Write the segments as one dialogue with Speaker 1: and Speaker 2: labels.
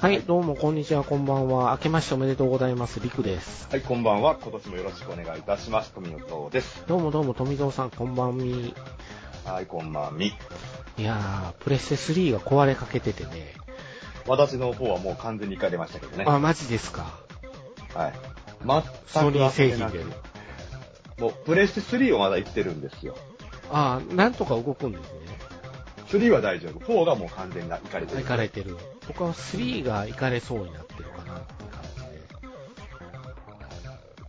Speaker 1: はい、どうも、こんにちは、こんばんは。明けましておめでとうございます。りくです。
Speaker 2: はい、こんばんは。今年もよろしくお願いいたします。富野党です。
Speaker 1: どうもどうも、富蔵さん、こんばんみ。
Speaker 2: はい、こんばんみ。
Speaker 1: いやー、プレステ3が壊れかけててね。
Speaker 2: 私の方はもう完全に一回出ましたけどね。は
Speaker 1: あ、マジですか。
Speaker 2: い。全く
Speaker 1: ソニー製
Speaker 2: 忘
Speaker 1: 品
Speaker 2: れ
Speaker 1: で
Speaker 2: な。くもう、プレステ3をまだ生きてるんですよ。
Speaker 1: あー、なんとか動くんですね。
Speaker 2: 3は大丈夫。4がもう完全に行かれて
Speaker 1: 行
Speaker 2: る。
Speaker 1: かれてる。僕は3が行かれそうになってるかなって感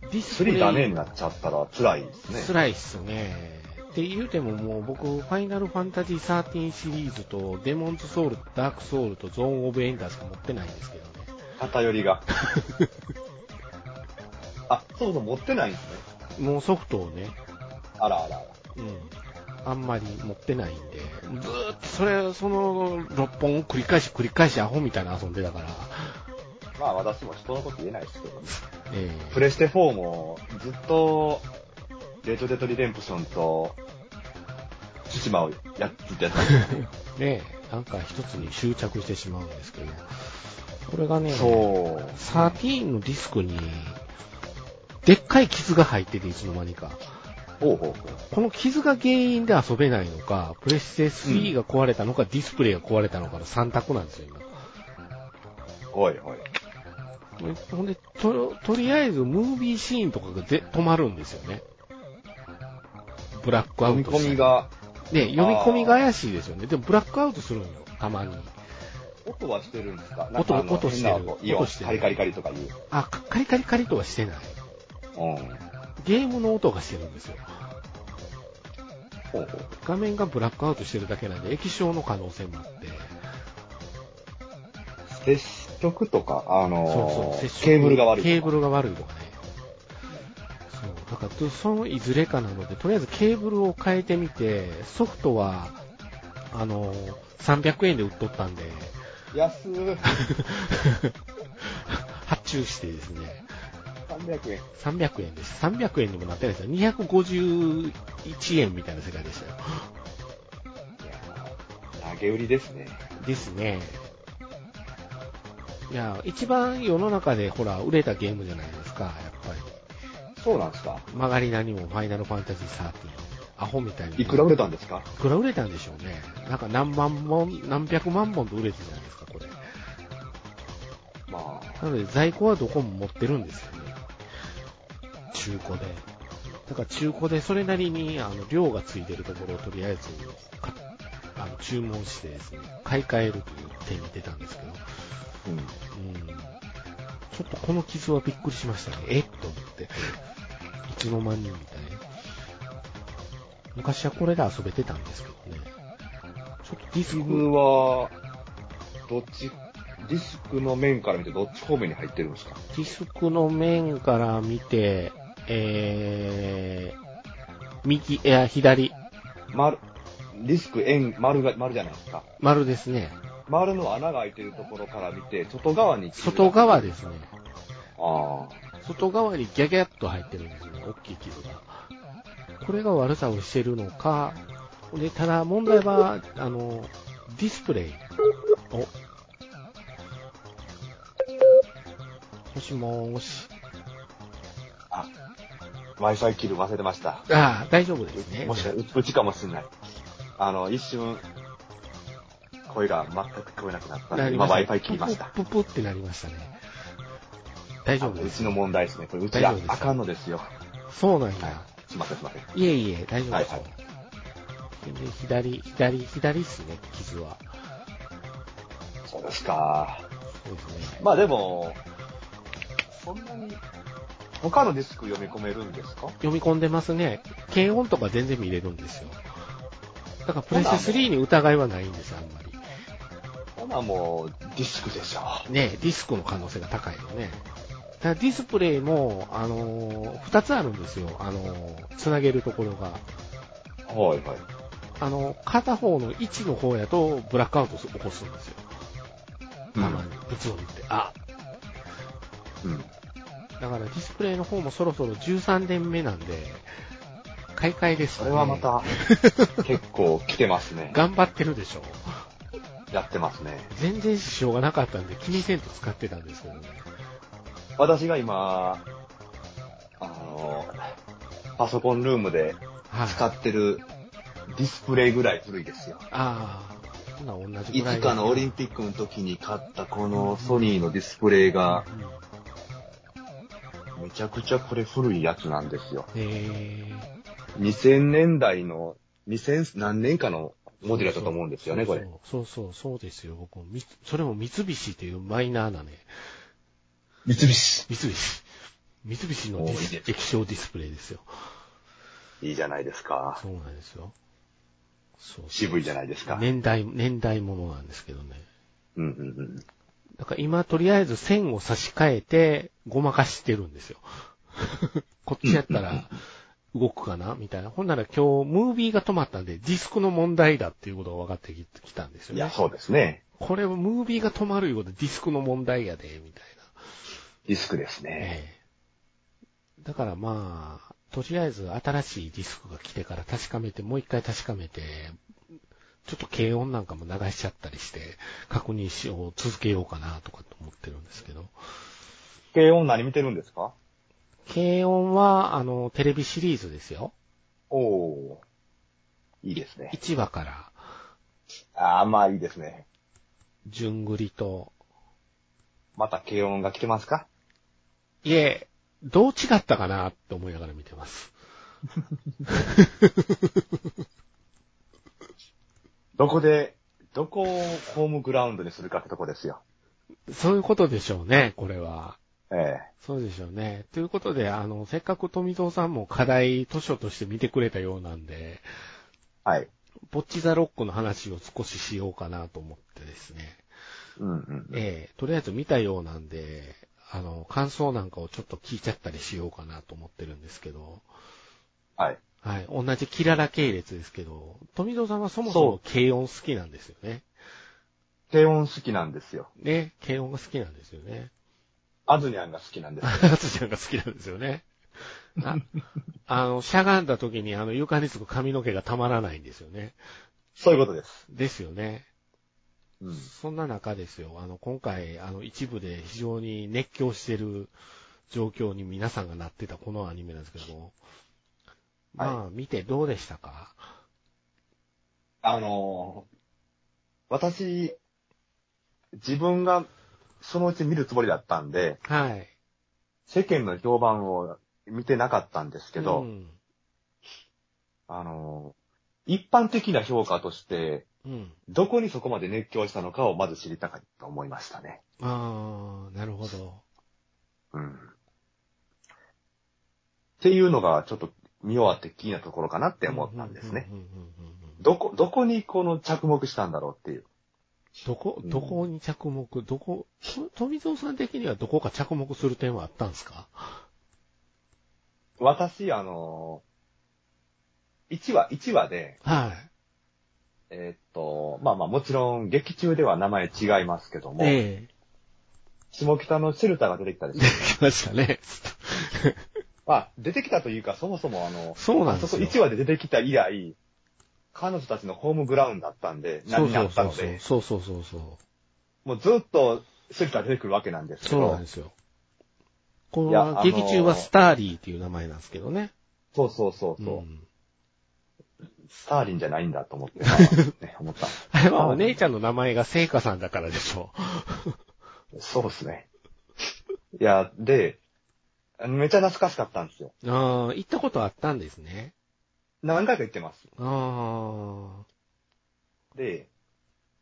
Speaker 1: じで。ディスプレイ
Speaker 2: 3ダメになっちゃったら辛いですね。
Speaker 1: 辛いっすね。って言うてももう僕、ファイナルファンタジー13シリーズと、デモンズソウル、ダークソウルとゾーンオブエンダーしか持ってないんです けどね。
Speaker 2: 偏りが。あ、そもそも持ってないんですね。
Speaker 1: もうソフトをね、
Speaker 2: あらあらあら。
Speaker 1: うん、あんまり持ってないんで、ずーっとそれ、その6本を繰り返し繰り返しアホみたいな遊んでたから、
Speaker 2: まあ私も人のこと言えないですけどね。
Speaker 1: え
Speaker 2: プレステ4もずっと、レトデトリデンプションと、シシマをやっずっとやって
Speaker 1: えねえ、なんか一つに執着してしまうんですけど、これがね
Speaker 2: た。、そう。
Speaker 1: 13のディスクに、でっかい傷が入ってて、いつの間にか。
Speaker 2: ほうほうほ
Speaker 1: この傷が原因で遊べないのか、プレステ3が壊れたのか、ディスプレイが壊れたのかの3択なんですよ、今。
Speaker 2: う。おいおい。
Speaker 1: ほんで、と、とりあえず、ムービーシーンとかがぜ止まるんですよね。ブラックア
Speaker 2: 読
Speaker 1: ウ
Speaker 2: み
Speaker 1: トしたり
Speaker 2: 込み。が、
Speaker 1: ね、読み込みが怪しいですよね。でも、ブラックアウトするんよ、たまに。
Speaker 2: 音はしてるんですか
Speaker 1: 音
Speaker 2: なんかあの
Speaker 1: 音してる
Speaker 2: 変な音イオン
Speaker 1: 音してる
Speaker 2: カリカリカリとか言う。
Speaker 1: あ、カカリカリカリとはしてない。
Speaker 2: うん。
Speaker 1: ゲームの音がしてるんですよ。
Speaker 2: ほうほう。
Speaker 1: 画面がブラックアウトしてるだけなんで、液晶の可能性もあって。
Speaker 2: 接触とか、あ
Speaker 1: そ
Speaker 2: の
Speaker 1: うそう、接触
Speaker 2: ケーブルが悪いとか。
Speaker 1: ケーブルが悪いとかね。そう、だからと、そのいずれかなので、とりあえずケーブルを変えてみて、ソフトは、あの、300円で売っとったんで、
Speaker 2: 安ー
Speaker 1: 発注してですね、
Speaker 2: 300円。
Speaker 1: 300円です。300円にもなってないですよ。251円みたいな世界でしたよ。
Speaker 2: 投げ売りですね。
Speaker 1: ですね。いや、一番世の中でほら、売れたゲームじゃないですか、やっぱり。
Speaker 2: そうなんですか
Speaker 1: 曲がりなにもファイナルファンタジー13。アホみたいに。
Speaker 2: いくら売れたんですか
Speaker 1: いくら売れたんでしょうね。なんか何万本、何百万本と売れてたじゃないですか、これ。
Speaker 2: まあ、
Speaker 1: なので在庫はどこも持ってるんですよね。中古で。だから中古でそれなりにあの量がついてるところをとりあえずかあの注文してですね、買い替えるという手に出たんですけど、
Speaker 2: うん。
Speaker 1: うん。ちょっとこの傷はびっくりしましたね。えっと思って。いつの間にみたいな。昔はこれで遊べてたんですけどね。ちょっとディス
Speaker 2: 自
Speaker 1: ク、
Speaker 2: 分は、どっち、ディスクの面から見てどっち方面に入ってるんですか
Speaker 1: ディスクの面から見て、えー、右、いや、左、
Speaker 2: 丸、ディスク円、丸が、丸じゃないですか。
Speaker 1: 丸ですね。
Speaker 2: 丸の穴が開いてるところから見て、外側に。
Speaker 1: 外側
Speaker 2: で。
Speaker 1: ですね。
Speaker 2: ああ。
Speaker 1: 外側にギャギャっと入ってるんですね。大きい傷が。これが悪さをしてるのか、で、ただ問題は、あの、ディスプレイ。お。もしもーし。
Speaker 2: あ、Wi-Fi 切る忘れてました。
Speaker 1: ああ、大丈夫ですね。
Speaker 2: もしかううちかもしれない。あの、一瞬、声が全く聞こえなくなったん
Speaker 1: な
Speaker 2: で。
Speaker 1: り
Speaker 2: 今
Speaker 1: ました
Speaker 2: Wi-Fi 切りました。
Speaker 1: ププププってなりましたね。大丈夫
Speaker 2: う
Speaker 1: で
Speaker 2: ち
Speaker 1: す。
Speaker 2: の問題ですね。これうちが
Speaker 1: 大丈夫です
Speaker 2: あかんのですよ。
Speaker 1: そうなん
Speaker 2: はい
Speaker 1: や。。
Speaker 2: すいません、すいません。
Speaker 1: いえいえ、大丈夫です。
Speaker 2: はいは
Speaker 1: で左、左、左っすね、傷は。
Speaker 2: そうですか。
Speaker 1: そうですね。
Speaker 2: まあでも、そんなに、他のディスク読み込めるんですか
Speaker 1: 読み込んでますね。軽音とか全然見れるんですよ。だからプレステ3に疑いはないんです、あんまり。
Speaker 2: ほなもう、ディスクでしょ
Speaker 1: ねディスクの可能性が高いよね。ただディスプレイも、あのー二つあるんですよ。あのーつなげるところが。
Speaker 2: う。はいはい。
Speaker 1: あの、片方の位置の方やと、ブラックアウト起こすんですよ。た
Speaker 2: うん
Speaker 1: まに、ブツンって。あ、
Speaker 2: うん。
Speaker 1: だからディスプレイの方もそろそろ13年目なんで、買い 替えです、ね。
Speaker 2: それはま。た、結構来てますね。
Speaker 1: 頑張ってるでしょ。
Speaker 2: やってますね。
Speaker 1: 全然支障がなかったんで気にせんと使ってたんですけどね。
Speaker 2: 私が今、あの、パソコンルームで
Speaker 1: はい。
Speaker 2: 使ってるディスプレイぐらい古いですよ。
Speaker 1: ああ、ほな同じ
Speaker 2: い
Speaker 1: ぐらい。
Speaker 2: つかのオリンピックの時に買ったこのソニーのディスプレイが、
Speaker 1: うん
Speaker 2: めちゃくちゃこれ古いやつなんですよ。
Speaker 1: え
Speaker 2: 2000年代の、2000何年かのモデルだったと思うんですよね、これ。
Speaker 1: そうそう、そうですよ。僕もみ、それも三菱というマイナーなね、
Speaker 2: 三菱。
Speaker 1: 三菱。三菱のディス
Speaker 2: おーいいね
Speaker 1: 液晶ディスプレイですよ。
Speaker 2: いいじゃないですか。
Speaker 1: そうなんですよ。そうそう
Speaker 2: 渋いじゃないですか。
Speaker 1: 年代、年代ものなんですけどね。
Speaker 2: うんうんうん。
Speaker 1: だから今、とりあえず線を差し替えて、ごまかしてるんですよ。 こっちやったら、動くかなみたいな。ほんなら今日、ムービーが止まったんで、ディスクの問題だっていうことが分かってききたんですよ
Speaker 2: い
Speaker 1: ね。
Speaker 2: や、そうですね。
Speaker 1: これ、ムービーが止まるいうこと、ディスクの問題やで、みたい
Speaker 2: ディスクです
Speaker 1: な。
Speaker 2: ね。
Speaker 1: ええだからまあ、とりあえず新しいディスクが来てから確かめて、もう一回確かめて、ちょっと軽音なんかも流しちゃったりして、確認しよう、続けようかなとかと思ってるんですけど。
Speaker 2: 軽音何見てるんですか
Speaker 1: 軽音は、あの、テレビシリーズですよ。
Speaker 2: おおー。いいですね。
Speaker 1: 1話から、
Speaker 2: ああ、まあいいですね。
Speaker 1: 順繰りと、
Speaker 2: また軽音が来てますか
Speaker 1: いえ、どう違ったかなって思いながら見てます。
Speaker 2: どこで、どこをホームグラウンドにするかってとこですよ。
Speaker 1: そういうことでしょうね、これは。
Speaker 2: ええ
Speaker 1: そうでしょうね。ということで、あの、せっかく富蔵さんも課題図書として見てくれたようなんで、
Speaker 2: はい。
Speaker 1: ぼっちザロックの話を少ししようかなと思ってですね。
Speaker 2: うんうん。
Speaker 1: ええとりあえず見たようなんで、あの、感想なんかをちょっと聞いちゃったりしようかなと思ってるんですけど、
Speaker 2: はい。
Speaker 1: はい。同じキララ系列ですけど、富蔵さんはそもそも軽音好きなんですよね。
Speaker 2: 軽音好きなんですよ。
Speaker 1: ね。軽音が好きなんですよ ね。
Speaker 2: アズニャンが好きなんですよ。
Speaker 1: あつちゃんが好きなんですよね。ああの、しゃがんだ時にあの床につく髪の毛がたまらないんですよね。
Speaker 2: そういうことです。
Speaker 1: ですよね。
Speaker 2: うん。
Speaker 1: そんな中ですよ。あの、今回、あの、一部で非常に熱狂してる状況に皆さんがなってたこのアニメなんですけども。
Speaker 2: はい
Speaker 1: まあ、見てどうでしたか
Speaker 2: あのー私、自分がそのうち見るつもりだったんで、
Speaker 1: はい。
Speaker 2: 世間の評判を見てなかったんですけど、
Speaker 1: うん。
Speaker 2: あのー一般的な評価として、
Speaker 1: うん。
Speaker 2: どこにそこまで熱狂したのかをまず知りたかったと思いましたね。
Speaker 1: ああ、なるほど。
Speaker 2: うん。っていうのが、ちょっと見終わって気になるところかなって思ったんですね。
Speaker 1: うんうんうんうんうんうん。
Speaker 2: どこ、どこにこの着目したんだろうっていう。
Speaker 1: どこ、どこに着目、どこ、と富蔵さん的にはどこか着目する点はあったんですか
Speaker 2: 私、あのー、1話、1話で、
Speaker 1: は
Speaker 2: えーっと、まあまあもちろん劇中では名前違いますけど
Speaker 1: い。
Speaker 2: も、
Speaker 1: え
Speaker 2: 下北のシェルターが出てきたで
Speaker 1: え。
Speaker 2: し
Speaker 1: で
Speaker 2: ょ。
Speaker 1: きましたね。
Speaker 2: まあ出てきたというかそもそもあの、
Speaker 1: そうなん
Speaker 2: あ
Speaker 1: で
Speaker 2: そ
Speaker 1: す
Speaker 2: こ
Speaker 1: よ。
Speaker 2: 1話で出てきた以来、彼女たちのホームグラウンドだったんで、
Speaker 1: そ
Speaker 2: 何
Speaker 1: う
Speaker 2: に
Speaker 1: そ
Speaker 2: な
Speaker 1: う
Speaker 2: った
Speaker 1: そう
Speaker 2: の
Speaker 1: そう。
Speaker 2: で、
Speaker 1: そうそうそうそう。
Speaker 2: もうずっとシェルター出てくるわけなんですけ
Speaker 1: そう
Speaker 2: ど
Speaker 1: なんで、すよ。こ
Speaker 2: いやあ
Speaker 1: の
Speaker 2: のー
Speaker 1: 劇中はスターリーっていう名前なんですけどね。
Speaker 2: そうそうそうそう、
Speaker 1: ん
Speaker 2: スターリンじゃないんだと 思って、まあね、思った。
Speaker 1: あれはお姉ちゃんの 名前が聖華さんだからでしょ
Speaker 2: そうですね。いや、で、めちゃ懐かしかったんですよ。
Speaker 1: う。ああ、行ったことあったんですね。
Speaker 2: 何回か行ってます。
Speaker 1: あ
Speaker 2: で、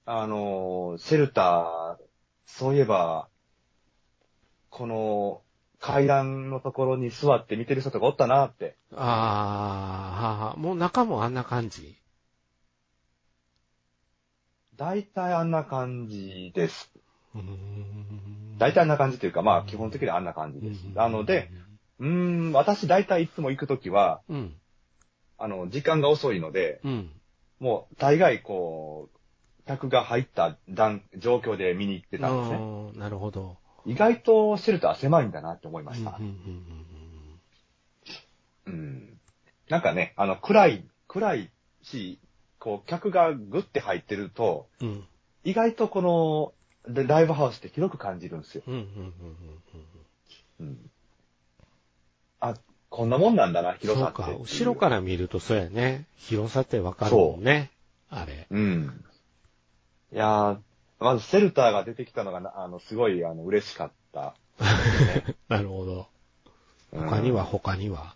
Speaker 2: あのーシェルター、そういえば、この階段のところに座って見てる人とかおったなって。
Speaker 1: あ、ああ、もう中もあんな感じ。
Speaker 2: 大体あんな感じです。
Speaker 1: うーん
Speaker 2: 大体あんな感じというか、まあ基本的にはあんな感じです。なので、、うーん、私大体いつも行くときは、
Speaker 1: うん、
Speaker 2: あの、時間が遅いので、
Speaker 1: うん。
Speaker 2: もう大概こう、客が入った段状況で見に行ってたんですね。
Speaker 1: ああなるほど。
Speaker 2: 意外とシェルター狭いんだなって思いました
Speaker 1: うん。うん
Speaker 2: うんなんかね、あの、暗い、暗いし、こう、客がグッて入ってると、
Speaker 1: うんうんうん
Speaker 2: 意外とこの、でライブハウスって広く感じるんですよ。
Speaker 1: うんうんうんうんうん。
Speaker 2: うん。あ、こんなもんなんだな、広さって
Speaker 1: そうか、後ろから見るとそうやね。広さってわかる
Speaker 2: そう
Speaker 1: もんね。あれ。
Speaker 2: うん。いやー、まずセルターが出てきたのがな、あの、すごい、あの、嬉しかった。
Speaker 1: なるほど。
Speaker 2: うん
Speaker 1: 他には他には。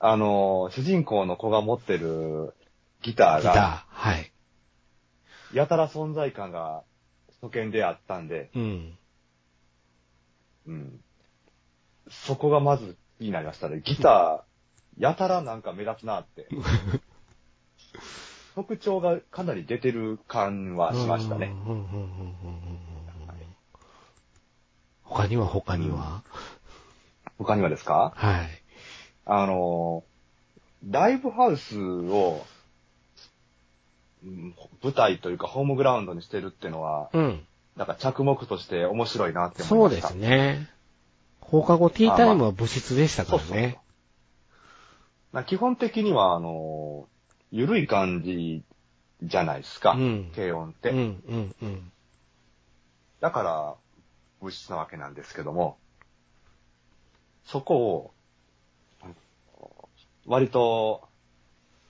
Speaker 2: あの、主人公の子が持ってるギター
Speaker 1: ギ
Speaker 2: が、
Speaker 1: ター。はい。
Speaker 2: やたら存在感が初見であったんで、
Speaker 1: うん。
Speaker 2: うん。そこがまず気になりましたね。ギター、やたらなんか目立つ なって。特徴がかなり出てる感はしましたね。
Speaker 1: うんうんうんうんうんうんうん。他には他には、
Speaker 2: 他にはですか
Speaker 1: はい。
Speaker 2: あの、ライブハウスを、うん舞台というかホームグラウンドにしてるってのは、
Speaker 1: うん。
Speaker 2: なんか着目として面白いなって
Speaker 1: そ
Speaker 2: 思
Speaker 1: う
Speaker 2: いま
Speaker 1: で
Speaker 2: した。
Speaker 1: す。ね。放課後ティータイムは部室でしたから
Speaker 2: そうそう
Speaker 1: ね。
Speaker 2: まあ基本的には、あの、ゆるい感じじゃないですか。
Speaker 1: うん
Speaker 2: 軽音っ
Speaker 1: う
Speaker 2: て。
Speaker 1: んうんうん。
Speaker 2: だから、物質なわけなんですけども、そこを、割と、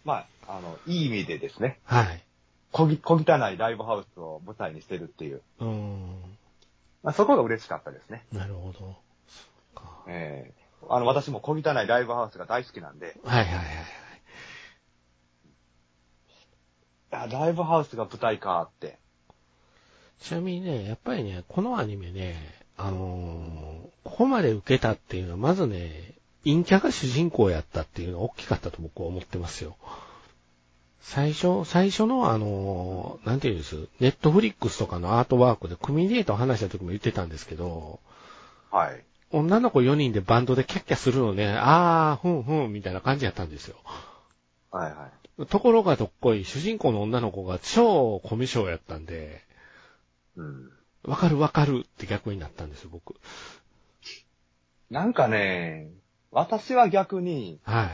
Speaker 2: まあ、あの、いい意味でですね、
Speaker 1: はい。
Speaker 2: こぎ、こぎたないライブハウスを舞台にしてるっていう、
Speaker 1: うん。
Speaker 2: まあ、そこが嬉しかったですね。
Speaker 1: なるほど。そっか
Speaker 2: ええあの、私も小汚いライブハウスが大好きなんで、
Speaker 1: はいはいはいはい。
Speaker 2: あライブハウスが舞台かって。
Speaker 1: ちなみにね、やっぱりね、このアニメね、あのーここまで受けたっていうのは、まずね、陰キャが主人公やったっていうのは大きかったと僕は思ってますよ。最初、最初のあのーなんていうんです、ネットフリックスとかのアートワークで、組デート話した時も言ってたんですけど、
Speaker 2: はい。
Speaker 1: 女の子4人でバンドでキャッキャするのね、あー、ふんふん、みたいな感じやったんですよ。
Speaker 2: はいは
Speaker 1: ところがどっこい、主人公の女の子が超コミュ障やったんで、
Speaker 2: い。うん。
Speaker 1: わかるわかるって逆になったんですよ、僕。
Speaker 2: なんかね、私は逆に、
Speaker 1: はい。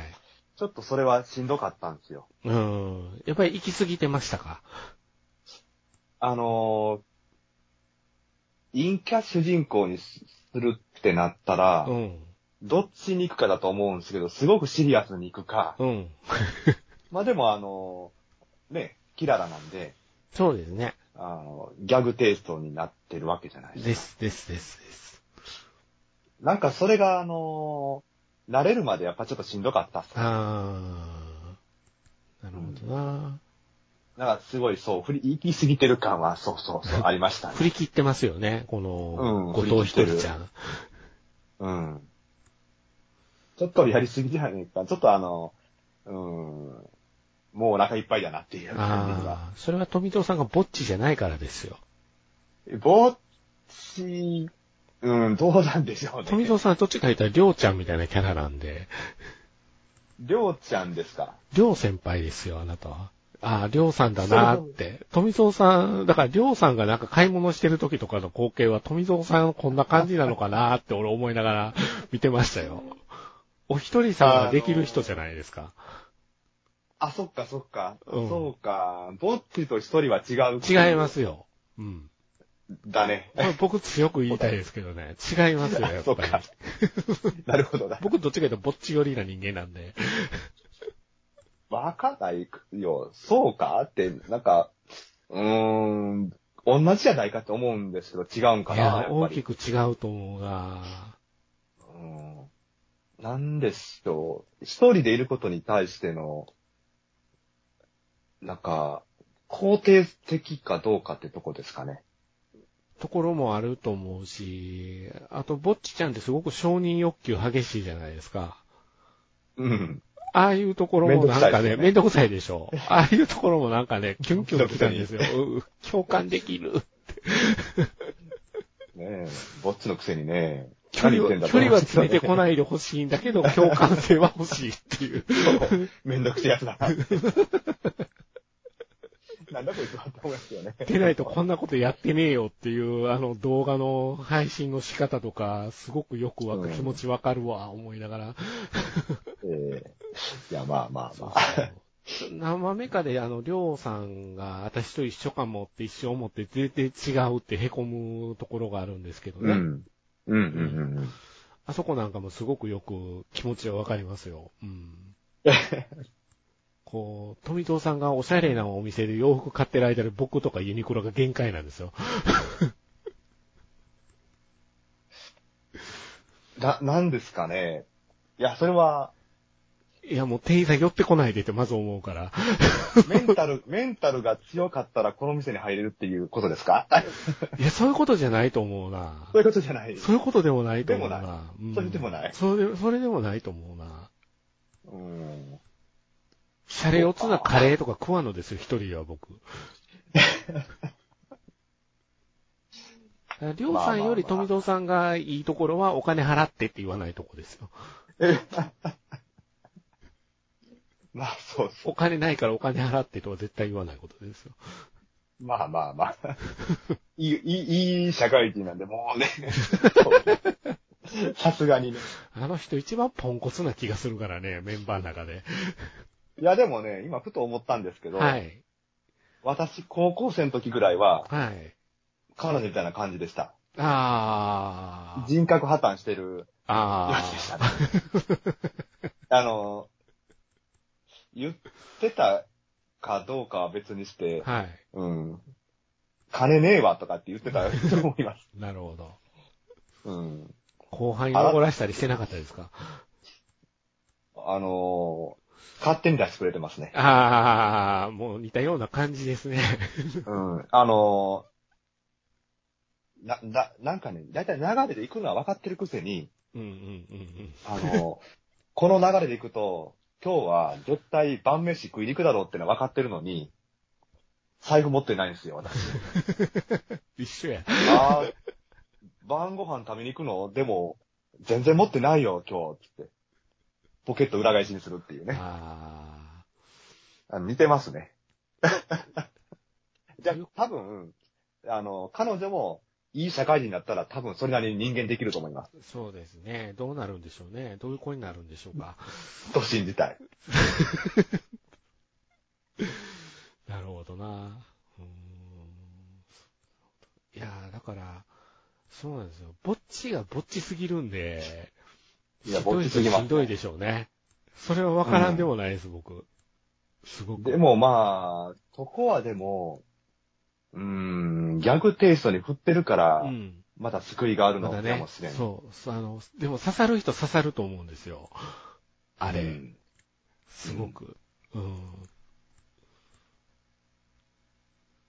Speaker 2: ちょっとそれはしんどかったんですよ。
Speaker 1: うん。やっぱり行き過ぎてましたか。
Speaker 2: あのー、陰キャ主人公にすするってなったら、
Speaker 1: うん。
Speaker 2: どっちに行くかだと思うんですけど、すごくシリアスに行くか。
Speaker 1: うん。
Speaker 2: まあでもあのーね、キララなんで、
Speaker 1: そうですね。
Speaker 2: あの、ギャグテイストになってるわけじゃないですか。
Speaker 1: です、です、です、です。
Speaker 2: なんかそれが、あのー慣れるまでやっぱちょっとしんどかったっすね。
Speaker 1: あー。なるほどな、
Speaker 2: なんかすごいそう、振り、行き過ぎてる感は、そうそうそう、ありましたね。
Speaker 1: 振り切ってますよね、この、
Speaker 2: うん
Speaker 1: 後藤ひとりちゃん。
Speaker 2: うん。ちょっとやりすぎじゃないですか。ちょっとあの、うん、もうお腹いっぱいだなっていう感じが。
Speaker 1: あー。それは富藤さんがぼっちじゃないからですよ。
Speaker 2: ぼっち、うん、どうなんでしょう
Speaker 1: 富
Speaker 2: ね。
Speaker 1: 藤さんはどっちか言ったらりょうちゃんみたいなキャラなんで、
Speaker 2: りょうちゃんですか。
Speaker 1: りょう先輩ですよ、あなたは。ああ、りょうさんだなーって。富蔵さん、だからりょうさんがなんか買い物してる時とかの光景は富蔵さんこんな感じなのかなーって俺思いながら 見てましたよ。お一人さんができる人じゃないですか。
Speaker 2: あ、そっかそっか。
Speaker 1: うん
Speaker 2: そうか。ぼっちと一人は違う。
Speaker 1: 違いま。すよ。うん。
Speaker 2: だね。
Speaker 1: これ僕強く言いたいですけどね。違いますよ、やっ
Speaker 2: そっ
Speaker 1: ぱり
Speaker 2: か。 なるほどだ。
Speaker 1: 僕どっちかというとぼっち寄りな人間なんで。
Speaker 2: わかんないよ。そうかって、なんか、うーん、同じじゃないかって思うんですけど、違うんか
Speaker 1: い
Speaker 2: な、や
Speaker 1: や、
Speaker 2: っぱ
Speaker 1: 大
Speaker 2: り
Speaker 1: き。く違うと思うが。
Speaker 2: うんなんですよ。一人でいることに対しての、なんか、肯定的かどうかってとこですかね。
Speaker 1: ところもあると思うし、あと、ぼっちちゃんってすごく承認欲求激しいじゃないですか。
Speaker 2: うん。
Speaker 1: ああいうところもなんかね、
Speaker 2: め
Speaker 1: め
Speaker 2: ん
Speaker 1: んどくさいでしょ。ああいうところもなんかね、キュンキュン来たんですよ。うう共感できる。
Speaker 2: ねえ、ぼっちのくせにね。
Speaker 1: 距離
Speaker 2: 何言っ
Speaker 1: を、
Speaker 2: てんだ
Speaker 1: 距離は詰めてこないでほしいんだけ ど、共感性は欲しいっていう。
Speaker 2: そう めんどくせえやつだな。なんだこいつはって思いますよね。
Speaker 1: でないとこんなことやってねえよっていう、あの動画の配信の仕方とか、すごくよくわか、
Speaker 2: うん
Speaker 1: 気持ちわかるわ、思いながら。
Speaker 2: ええいや、まあまあ
Speaker 1: そう
Speaker 2: ま
Speaker 1: そ
Speaker 2: あ。
Speaker 1: う生メカで、あの、りょうさんが、私と一緒かもって一瞬思って、全然違うって凹むところがあるんですけど
Speaker 2: う
Speaker 1: ね。
Speaker 2: ん。うんうんうんうん。
Speaker 1: あそこなんかもすごくよく気持ちはわかりますよ。 うん。こう、富藤さんがおしゃれなお店で洋服買ってる間で僕とかユニクロが限界なんですよ。
Speaker 2: な、なんですかね。いや、それは、
Speaker 1: いや、もう店員さん寄ってこないでってまず思うから。
Speaker 2: メンタル、 メンタルが強かったらこの店に入れるっていうことですか
Speaker 1: いや、そういうことじゃないと思うな
Speaker 2: そ。ういうことじゃない。
Speaker 1: そういうことでもないと思うな。
Speaker 2: でも
Speaker 1: うん
Speaker 2: それでもない
Speaker 1: それ、それでもないと思うな。
Speaker 2: うん。
Speaker 1: シャレオツなカレーとか食わんのですよ、一人は 僕。りょうさんより富蔵さんがいいところはお金払ってって言わないとこですよ。
Speaker 2: まあ、そうそ
Speaker 1: お金ないからお金払ってとは絶対言わないことですよ。
Speaker 2: う。まあま あまあ。いい、いい、いい社会人なんで、も うね。さすがにね。
Speaker 1: あの人一番ポンコツな気がするからね、メンバーの中で。
Speaker 2: いや、でもね、今ふと思ったんですけど、
Speaker 1: はい。
Speaker 2: 私、高校生の時ぐらいは、
Speaker 1: はい。
Speaker 2: 彼女みたいな感じでした。
Speaker 1: あー。
Speaker 2: 人格破綻してるや
Speaker 1: あ
Speaker 2: つでした
Speaker 1: ー。
Speaker 2: ね。 あの、言ってたかどうかは別にして、
Speaker 1: はい。
Speaker 2: うん。金ねえわとかって言ってたと 思います。
Speaker 1: なるほど。
Speaker 2: うん。
Speaker 1: 後輩に怒らしたりしてなかったですか
Speaker 2: あのー勝手に出してくれてますね。
Speaker 1: あー、もう似たような感じですね。
Speaker 2: うん。あのーな、な、なんかね、だいたい流れで行くのは分かってるくせに、
Speaker 1: うんうんうんうん。
Speaker 2: あのー この流れで行くと、今日は絶対晩飯食いに行くだろうってのは分かってるのに、財布持ってないんですよ、 私。
Speaker 1: 一緒や。
Speaker 2: あー晩ご飯食べに行くのでも、全然持ってないよ、今日、つって。ポケット裏返しにするっていうね。
Speaker 1: あ
Speaker 2: あ似てますね。 じゃあ、多分、あの、彼女も、いい社会人だったら多分それなりに人間できると思います。
Speaker 1: ーそうですね。どうなるんでしょうね。どういう子になるんでしょうか。
Speaker 2: と信じたい。
Speaker 1: なるほどな。うーんいやーだから、そうなんですよ。ぼっちがぼっちすぎるんで、
Speaker 2: いや、ぼっちすぎま
Speaker 1: しん
Speaker 2: す。
Speaker 1: どいでしょうね。それはわからんでもないです、僕。すごく。
Speaker 2: でもまあ、そこはでも、うーん、ギャグテイストに振ってるから
Speaker 1: う、ん。
Speaker 2: まだ救いがある
Speaker 1: ま
Speaker 2: のか
Speaker 1: だね
Speaker 2: もしれん。、
Speaker 1: そうそう。あの、でも刺さる人刺さると思うんですよ。あれ。
Speaker 2: うん
Speaker 1: すごく。うん。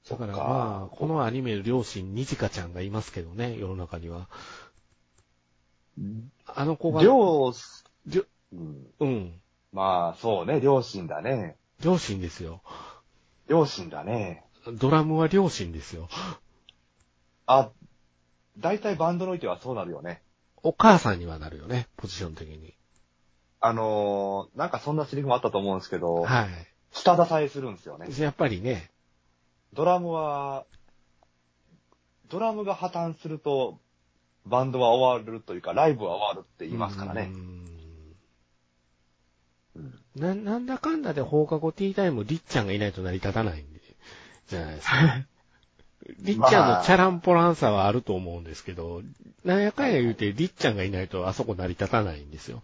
Speaker 2: そ
Speaker 1: だ
Speaker 2: っか
Speaker 1: からまあ、このアニメの両親、にじかちゃんがいますけどね、世の中には。あの子が、
Speaker 2: 両、
Speaker 1: りょ
Speaker 2: うん
Speaker 1: うん。
Speaker 2: まあ、そうね、両親だね。
Speaker 1: 両親ですよ。
Speaker 2: 両親だね。
Speaker 1: ドラムは両親ですよ。
Speaker 2: あ、大体バンドにおいてはそうなるよね。
Speaker 1: お母さんにはなるよね、ポジション的に。
Speaker 2: あのーなんかそんなセリフもあったと思うんですけど、
Speaker 1: は
Speaker 2: 下支えするんですよね。
Speaker 1: い。やっぱりね、
Speaker 2: ドラムは、ドラムが破綻すると、バンドは終わるというか、ライブは終わるって言いますからね
Speaker 1: う。ん。な、なんだかんだで放課後ティータイム、りっちゃんがいないと成り立たないんで、じゃないですか。 りっちゃんのチャランポランさはあると思うんですけど、なんやかんや言うて、りっちゃんがいないとあそこ成り立たないんですよ。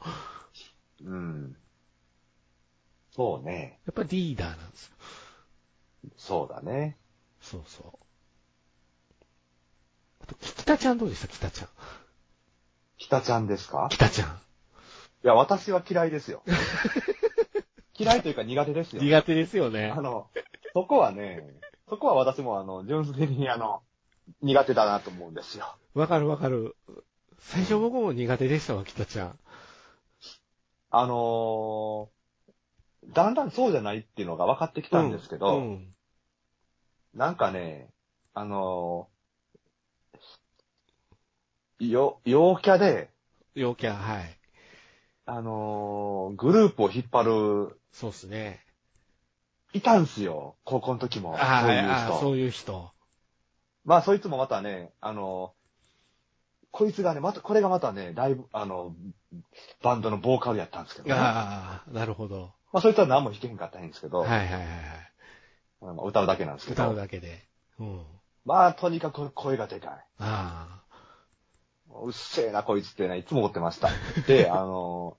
Speaker 2: うん。そうね。
Speaker 1: やっぱリーダーなんですよ。
Speaker 2: そうだね。
Speaker 1: そうそう。あと、北ちゃんどうでした北ちゃん。
Speaker 2: 北ちゃんですか
Speaker 1: 北ちゃん。
Speaker 2: いや、私は嫌いです よ。嫌いというか苦手ですよ。
Speaker 1: 苦手ですよね
Speaker 2: あ。の、そこはね、そこは私もあの、純粋にあの、苦手だなと思うんですよ。
Speaker 1: わかるわかる。最初僕も苦手でしたわ、北ちゃん。
Speaker 2: あのーだんだんそうじゃないっていうのが分かってきたんですけど、
Speaker 1: うん。
Speaker 2: なんかね、あのーよ、陽キャで、
Speaker 1: 陽キャ、はい。
Speaker 2: あのーグループを引っ張る、
Speaker 1: そうっすね。
Speaker 2: いたんすよ、高校の時も。
Speaker 1: あ
Speaker 2: そういう
Speaker 1: あ、
Speaker 2: 人。
Speaker 1: そういう人。
Speaker 2: まあ、そいつもまたね、あのこいつがね、また、これがまたね、ライブ、あの、バンドのボーカルやったんですけど、ね、ま
Speaker 1: ああ、なるほど。
Speaker 2: あそいつは何も弾けへんかったらいいんですけど、
Speaker 1: はいはいはいはい。
Speaker 2: まあ歌うだけなんですけ
Speaker 1: 歌う
Speaker 2: ど、
Speaker 1: だけで。うん。
Speaker 2: まあとにかく声がでかい。
Speaker 1: あ
Speaker 2: もううっせえな、こいつってね、いつも思ってました。 で、あの、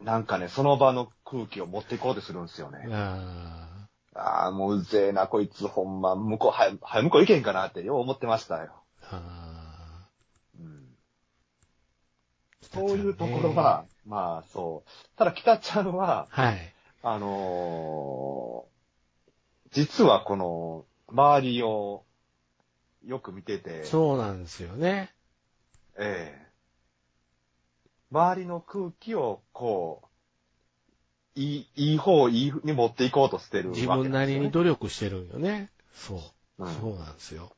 Speaker 2: なんかね、その場の空気を持っていこうとするんですよ
Speaker 1: あ、
Speaker 2: ね。
Speaker 1: あ
Speaker 2: ああ、もううぜえな、こいつ、ほんま、向こう、はや、はや、向こう行けへんかなって、よう思ってましたよ。
Speaker 1: あ、あ
Speaker 2: うん。
Speaker 1: あ。
Speaker 2: そういうところは、まあそう。ただ、北ちゃんは、
Speaker 1: 北ちゃんね。はい。
Speaker 2: あのー実はこの、周りをよく見てて、
Speaker 1: そうなんですよね。
Speaker 2: ええ周りの空気をこう、いい、いい方いいに持っていこうとしてるわけ
Speaker 1: 自
Speaker 2: なんですよね
Speaker 1: 分なりに努力してるんよね。そう。
Speaker 2: うん
Speaker 1: そうなんですよ。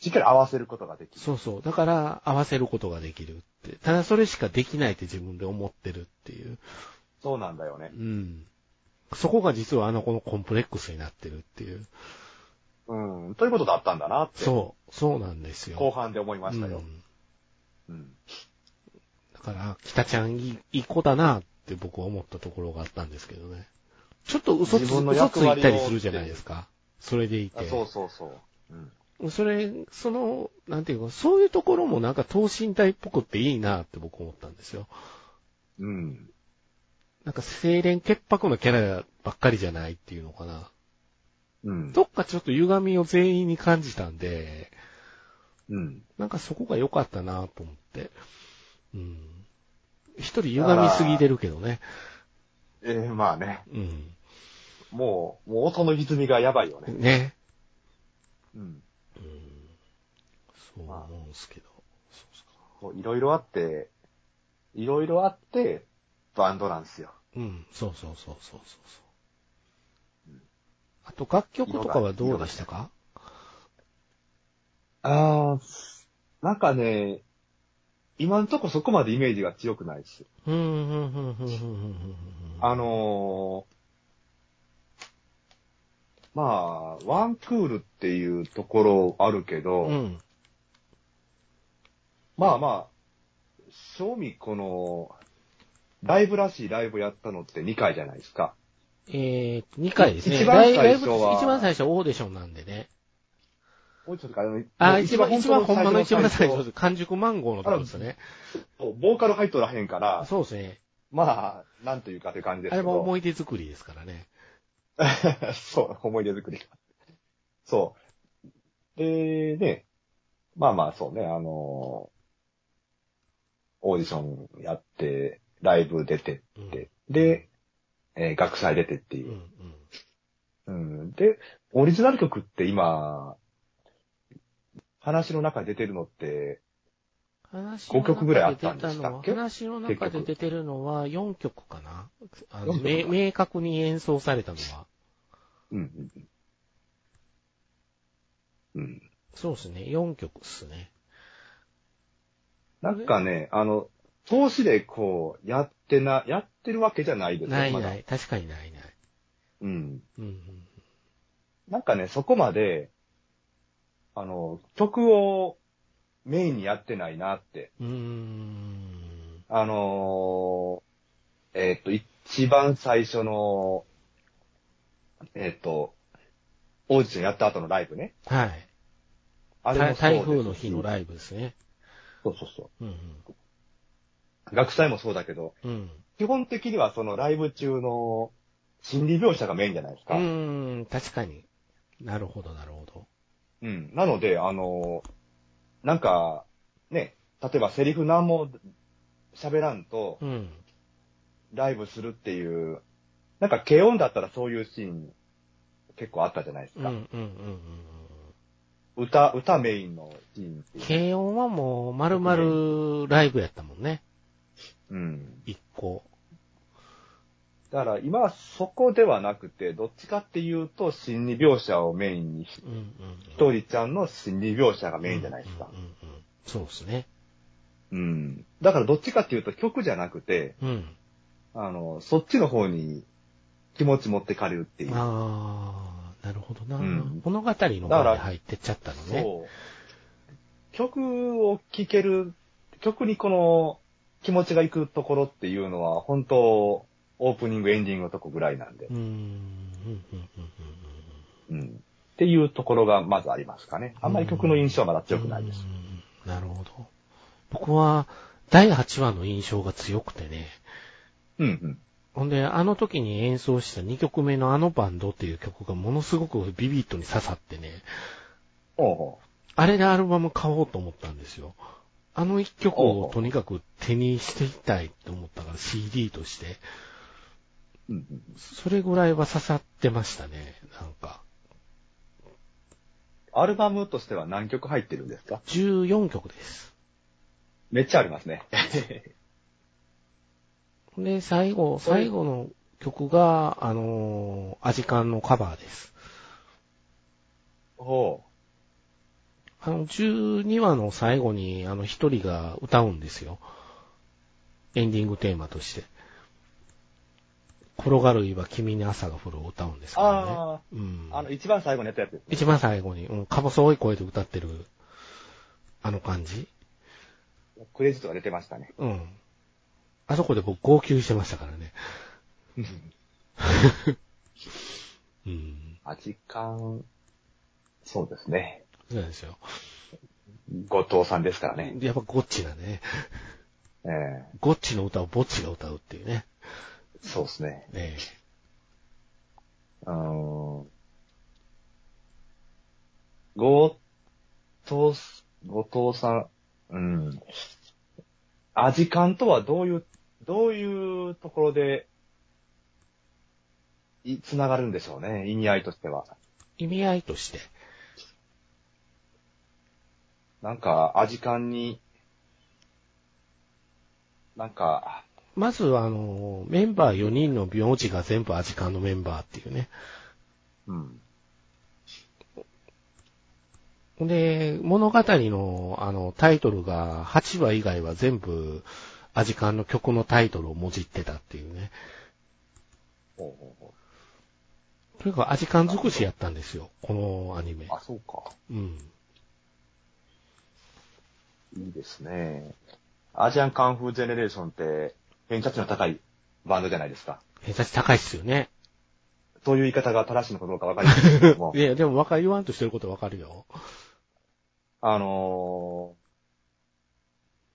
Speaker 2: しっかり合わせることができる。
Speaker 1: そうそう。だから、合わせることができるって。ただそれしかできないって自分で思ってるっていう。
Speaker 2: そうなんだよね
Speaker 1: う。ん。そこが実はあの子のコンプレックスになってるっていう。
Speaker 2: うん。ということだったんだなって、
Speaker 1: そう。そうなんですよ。
Speaker 2: 後半で思いました
Speaker 1: う
Speaker 2: よ。
Speaker 1: ん
Speaker 2: うん。
Speaker 1: だから、北ちゃんいいいい子だなって僕は思ったところがあったんですけどね。ちょっと嘘つ
Speaker 2: 自分の
Speaker 1: 嘘つ
Speaker 2: 役割を
Speaker 1: いたりするじゃないですか。それでい
Speaker 2: あ
Speaker 1: て。
Speaker 2: そうそうそう。うん。
Speaker 1: それ、その、なんていうか、そういうところもなんか等身大っぽくっていいなって僕思ったんですよ。
Speaker 2: うん。
Speaker 1: なんか清廉潔白のキャラばっかりじゃないっていうのかな。
Speaker 2: うん。
Speaker 1: どっかちょっと歪みを全員に感じたんで、
Speaker 2: うん。
Speaker 1: なんかそこが良かったなと思って。うん。一人歪みすぎてるけどね。
Speaker 2: ええまあね。
Speaker 1: うん。
Speaker 2: もう、もう音の歪みがやばいよね。
Speaker 1: ね。
Speaker 2: うん。
Speaker 1: そう思うんですけど。そうっすか
Speaker 2: もういろいろあって、いろいろあって、バンドなんですよ。
Speaker 1: うん、そうそうそうそうそうそう。あと楽曲とかはどうでしたか
Speaker 2: ああ、なんかね、今んとこそこまでイメージが強くないです。
Speaker 1: うん、うん、うん、うん、うん、うん。
Speaker 2: あのー、まあ、ワンクールっていうところあるけど、
Speaker 1: うん。
Speaker 2: まあまあ、正味この、ライブらしいライブやったのって2回じゃないですか。
Speaker 1: えー、2回ですね。
Speaker 2: 一番最初は
Speaker 1: ライブ一番最初はオーディションなんでね。
Speaker 2: もうちょっとかね
Speaker 1: あ、
Speaker 2: もう
Speaker 1: 一番、一番、ほんまの一番最初で
Speaker 2: 最
Speaker 1: す。完熟マンゴーのとこですね。
Speaker 2: 初ボーカル入っとらへんから、
Speaker 1: そうですね。
Speaker 2: まあ、なんというかという感じです
Speaker 1: あ
Speaker 2: け
Speaker 1: れ
Speaker 2: ど。
Speaker 1: も思い出作りですからね。
Speaker 2: そう、思い出作りが。そう。で、ね、まあまあそうね、あのオーディションやって、ライブ出てっ
Speaker 1: うん。
Speaker 2: て、で、えー学祭出てって
Speaker 1: う
Speaker 2: い
Speaker 1: ん、う
Speaker 2: う、
Speaker 1: ん。
Speaker 2: うん。で、オリジナル曲って今、話の中に出てるのって、
Speaker 1: 話
Speaker 2: 五曲ぐらいあったんでしたっけ
Speaker 1: 話の中で出てるのは4曲かなあの
Speaker 2: 四曲
Speaker 1: め
Speaker 2: か
Speaker 1: 明確に演奏されたのは。
Speaker 2: うんうんうん、うん。
Speaker 1: そうですね。4曲っすね。
Speaker 2: なんかね、あの、投資でこう、やってな、やってるわけじゃないですよ
Speaker 1: ない
Speaker 2: まだ
Speaker 1: ない。確かにないない。
Speaker 2: うん。
Speaker 1: うんうん。
Speaker 2: なんかね、そこまで、あの、曲をメインにやってないなって。
Speaker 1: うーん。
Speaker 2: あのーえっ、と、一番最初の、えっ、と、オーディションやった後のライブね。
Speaker 1: はい。
Speaker 2: あれも
Speaker 1: た
Speaker 2: そう
Speaker 1: 台
Speaker 2: です
Speaker 1: 風の日の
Speaker 2: イ
Speaker 1: ライブですね。
Speaker 2: ブ。そうそうそ
Speaker 1: うん
Speaker 2: う。学祭もそうだけど、
Speaker 1: うん。うん。
Speaker 2: 基本的にはそのライブ中の心理描写がメインじゃないです
Speaker 1: う
Speaker 2: か。
Speaker 1: ーん、確かに。なるほど、なるほど。
Speaker 2: うん。なので、あの、なんか、ね、例えばセリフ何も喋らんと、
Speaker 1: うん。
Speaker 2: ライブするっていう、なんか軽音だったらそういうシーン結構あったじゃないです
Speaker 1: うん、う
Speaker 2: か。
Speaker 1: ん、うん、うんうん。
Speaker 2: 歌、歌メインのシーンっていう。
Speaker 1: 軽音はもう、まるまるライブやったもんね。
Speaker 2: うん。
Speaker 1: 一個。
Speaker 2: だから今はそこではなくて、どっちかっていうと心理描写をメインに、ひ
Speaker 1: うん、うん。
Speaker 2: とりちゃんの心理描写がメインじゃないですか
Speaker 1: うん、。うん、うん。そうですね。
Speaker 2: うん。だからどっちかっていうと曲じゃなくて、
Speaker 1: うん。
Speaker 2: あの、そっちの方に気持ち持ってかれるっていう。
Speaker 1: あー、なるほどな。
Speaker 2: うん
Speaker 1: 物語の方に入ってっちゃったのね。
Speaker 2: そう。曲を聴ける、曲にこの気持ちが行くところっていうのは、本当オープニング、エンディングのとこぐらいなんで
Speaker 1: う、ん。うんうんうん
Speaker 2: うん。っていうところがまずありますかね。あんまり曲の印象はまだ強くないです。
Speaker 1: うんなるほど。僕は、第8話の印象が強くてね。
Speaker 2: うんうん。
Speaker 1: ほんで、あの時に演奏した2曲目のあのバンドっていう曲がものすごくビビットに刺さってね。
Speaker 2: おうお
Speaker 1: あれでアルバム買おうと思ったんですよ。あの1曲
Speaker 2: おうお
Speaker 1: を
Speaker 2: う
Speaker 1: とにかく手にしていきたいと思ったから CD として。
Speaker 2: ううんうん。
Speaker 1: それぐらいは刺さってましたね。なんか。
Speaker 2: アルバムとしては何曲入ってるんですか
Speaker 1: 14曲です。
Speaker 2: めっちゃあります ね。
Speaker 1: で、最後、最後の曲が、あのーアジカンのカバーです。
Speaker 2: ほ
Speaker 1: あの、12話の最後に、あの、一人が歌うんですよ。エンディングテーマとして。転がる岩、君に朝が降るを歌うんです
Speaker 2: う。
Speaker 1: けどね。
Speaker 2: あ
Speaker 1: う
Speaker 2: あ、あ
Speaker 1: ん
Speaker 2: の、。一番最後にやったやつですね。
Speaker 1: 一番最後に、うん、か細い声で歌ってる、あの感じ。
Speaker 2: クレジットが出てましたね。
Speaker 1: うん。あそこで僕号泣してましたからね。 うん。
Speaker 2: あ、時間、そうですね。
Speaker 1: そうなんですよ。
Speaker 2: 後藤さんですからね。
Speaker 1: やっぱゴッチなんでね。
Speaker 2: ええ
Speaker 1: ゴッチの歌をボッチが歌うっていうね。
Speaker 2: そうですね。
Speaker 1: え
Speaker 2: あのー、後藤す、後藤さん、うん。アジカンとはどういう、どういうところで、い、つながるんでしょうね、意味合いとしては。
Speaker 1: え意味合いとして。
Speaker 2: なんか、アジカンに、なんか、
Speaker 1: まず、あの、メンバー4人の名字が全部アジカンのメンバーっていうね。
Speaker 2: うん。
Speaker 1: ほんで、物語の、あの、タイトルが8話以外は全部アジカンの曲のタイトルをもじってたっていうね。
Speaker 2: ほうほうほ
Speaker 1: とにかくアジカン尽くしやったんですよ、このアニメ
Speaker 2: う。あ、そうか。
Speaker 1: うん。
Speaker 2: いいですね。アジアンカンフージェネレーションって、偏差値の高いバンドじゃないですか。
Speaker 1: 偏差値高いっすよね。
Speaker 2: そういう言い方が正しいのかどうかわかりませんけども
Speaker 1: い、や、でもわか言わんとしてることわかるよ。
Speaker 2: あの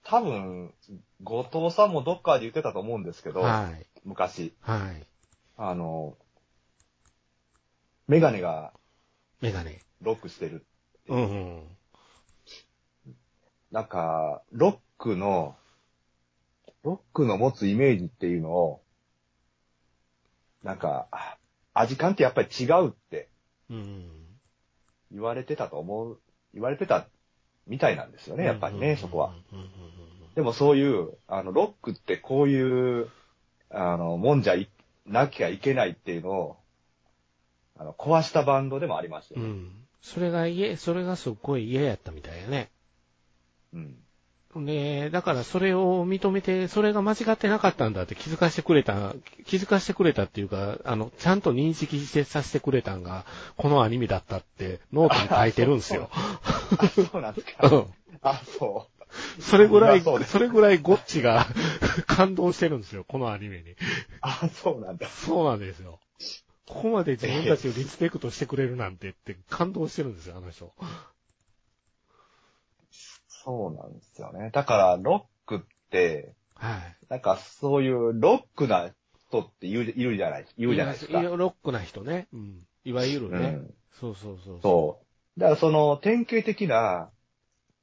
Speaker 2: ー、多分、後藤さんもどっかで言ってたと思うんですけど、
Speaker 1: はい。
Speaker 2: 昔、
Speaker 1: はい。
Speaker 2: あのー、メガネが
Speaker 1: メガネ。
Speaker 2: ロックしてる。
Speaker 1: うんうん。
Speaker 2: なんか、ロックの、ロックの持つイメージっていうのを、なんか、あアジカンってやっぱり違うって
Speaker 1: うん。
Speaker 2: 言われてたと思う、言われてたみたいなんですよね、やっぱりね、そこは。。
Speaker 1: うんうんうん
Speaker 2: でもそういう、あの、ロックってこういう、あの、もんじゃいなきゃいけないっていうのを、あの、壊したバンドでもありました
Speaker 1: うん。う
Speaker 2: よね。
Speaker 1: ん。それが家、それがすっごい嫌やったみたいやね。
Speaker 2: うん。
Speaker 1: ねだからそれを認めて、それが間違ってなかったんだって気づかしてくれた、気づかしてくれたっていうか、あの、ちゃんと認識してさせてくれたんが、このアニメだったって、ノートに書いてるんですよ。
Speaker 2: あ、そうなんです
Speaker 1: う
Speaker 2: か。
Speaker 1: ん。
Speaker 2: あ、そう。
Speaker 1: それぐらい、
Speaker 2: そう
Speaker 1: そ
Speaker 2: です
Speaker 1: れぐらいゴッチが 感動してるんですよ、このアニメに。
Speaker 2: あ、そうなんだ。
Speaker 1: そうなんですよ。ここまで自分たちをリスペクトしてくれるなんてって感動してるんですよ、あの人。
Speaker 2: そうなんですよね。だから、ロックって、
Speaker 1: はい。
Speaker 2: なんかそういうロックな人って言う、いるじゃない、言うじゃないですか。
Speaker 1: ロックな人ね。うん。いわゆる
Speaker 2: う
Speaker 1: ね。
Speaker 2: ん。
Speaker 1: そうそうそう。
Speaker 2: そう。だからその典型的な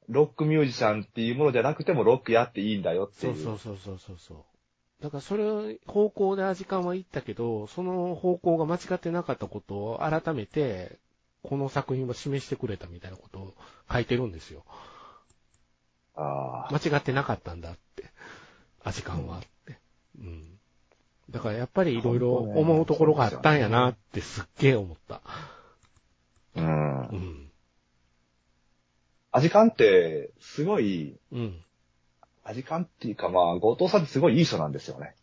Speaker 2: ロックミュージシャンっていうものじゃなくてもロックやっていいんだよって
Speaker 1: そ
Speaker 2: いうう。
Speaker 1: そうそうそうそうそう。だからそれを方向で味感は行ったけど、その方向が間違ってなかったことを改めて、この作品は示してくれたみたいなことを書いてるんですよ。
Speaker 2: ああ。
Speaker 1: 間違ってなかったんだって。味感はって。うん。だからやっぱりいろいろ思うところがあったんやなってすっげえ思った。
Speaker 2: うん
Speaker 1: う。ん。
Speaker 2: アジカンって、すごい、
Speaker 1: うん。
Speaker 2: アジカンっていうかまあ、後藤さんってすごいいい人なんですよね。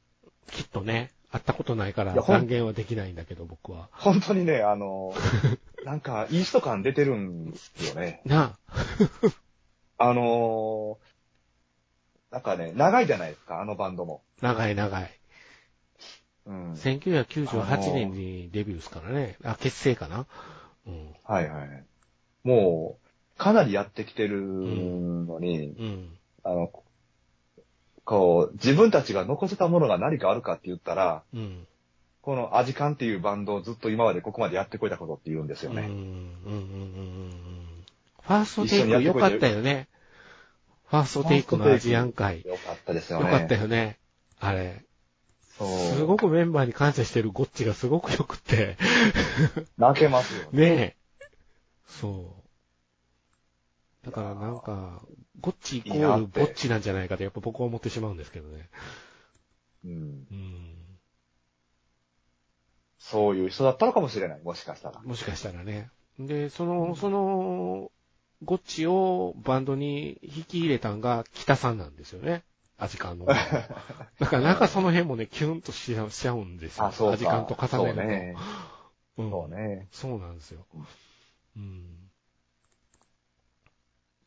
Speaker 1: きっとね、会ったことないから
Speaker 2: いやほん
Speaker 1: 断言はできないんだけど僕は。
Speaker 2: 本当にね、あの、なんか、いい人感出てるんですよね。
Speaker 1: なあ。
Speaker 2: あのーなんかね、長いじゃないですか、あのバンドも。
Speaker 1: 長い長い。
Speaker 2: うん。
Speaker 1: 1998年にデビューですからね。あ、結成かな。うん。
Speaker 2: はいはい。もう、かなりやってきてるのに、
Speaker 1: うん。
Speaker 2: あの、こう、自分たちが残せたものが何かあるかって言ったら、
Speaker 1: うん。
Speaker 2: このアジカンっていうバンドをずっと今までここまでやってこいたことって言うんです
Speaker 1: うん。
Speaker 2: よ
Speaker 1: うん。うん。うん
Speaker 2: ね。
Speaker 1: うん。ファーストテイク良かったよね。ファーストテイクのアジアン会。
Speaker 2: よかったです
Speaker 1: 良
Speaker 2: よね。
Speaker 1: かったよね。あれ。
Speaker 2: そう。
Speaker 1: すごくメンバーに感謝してるゴッチがすごく良くて。
Speaker 2: 泣けますよね。
Speaker 1: ねえ。そう。だからなんか、ゴッチイコ
Speaker 2: いいな
Speaker 1: ール
Speaker 2: って
Speaker 1: ぼっちなんじゃないかとやっぱ僕は思ってしまうんですけどね。
Speaker 2: うん。
Speaker 1: うん。
Speaker 2: そういう人だったのかもしれない、もしかしたら。
Speaker 1: もしかしたらね。で、その、その、ゴッチをバンドに引き入れたんが北さんなんですよね。アジカンの。 だからなんかその辺もね、キュンとしちゃうしちゃうんですよ。
Speaker 2: あ、そうか。
Speaker 1: アジカンと重ねると。
Speaker 2: そうね。
Speaker 1: うん
Speaker 2: そうね。
Speaker 1: そうなんですよ。うん。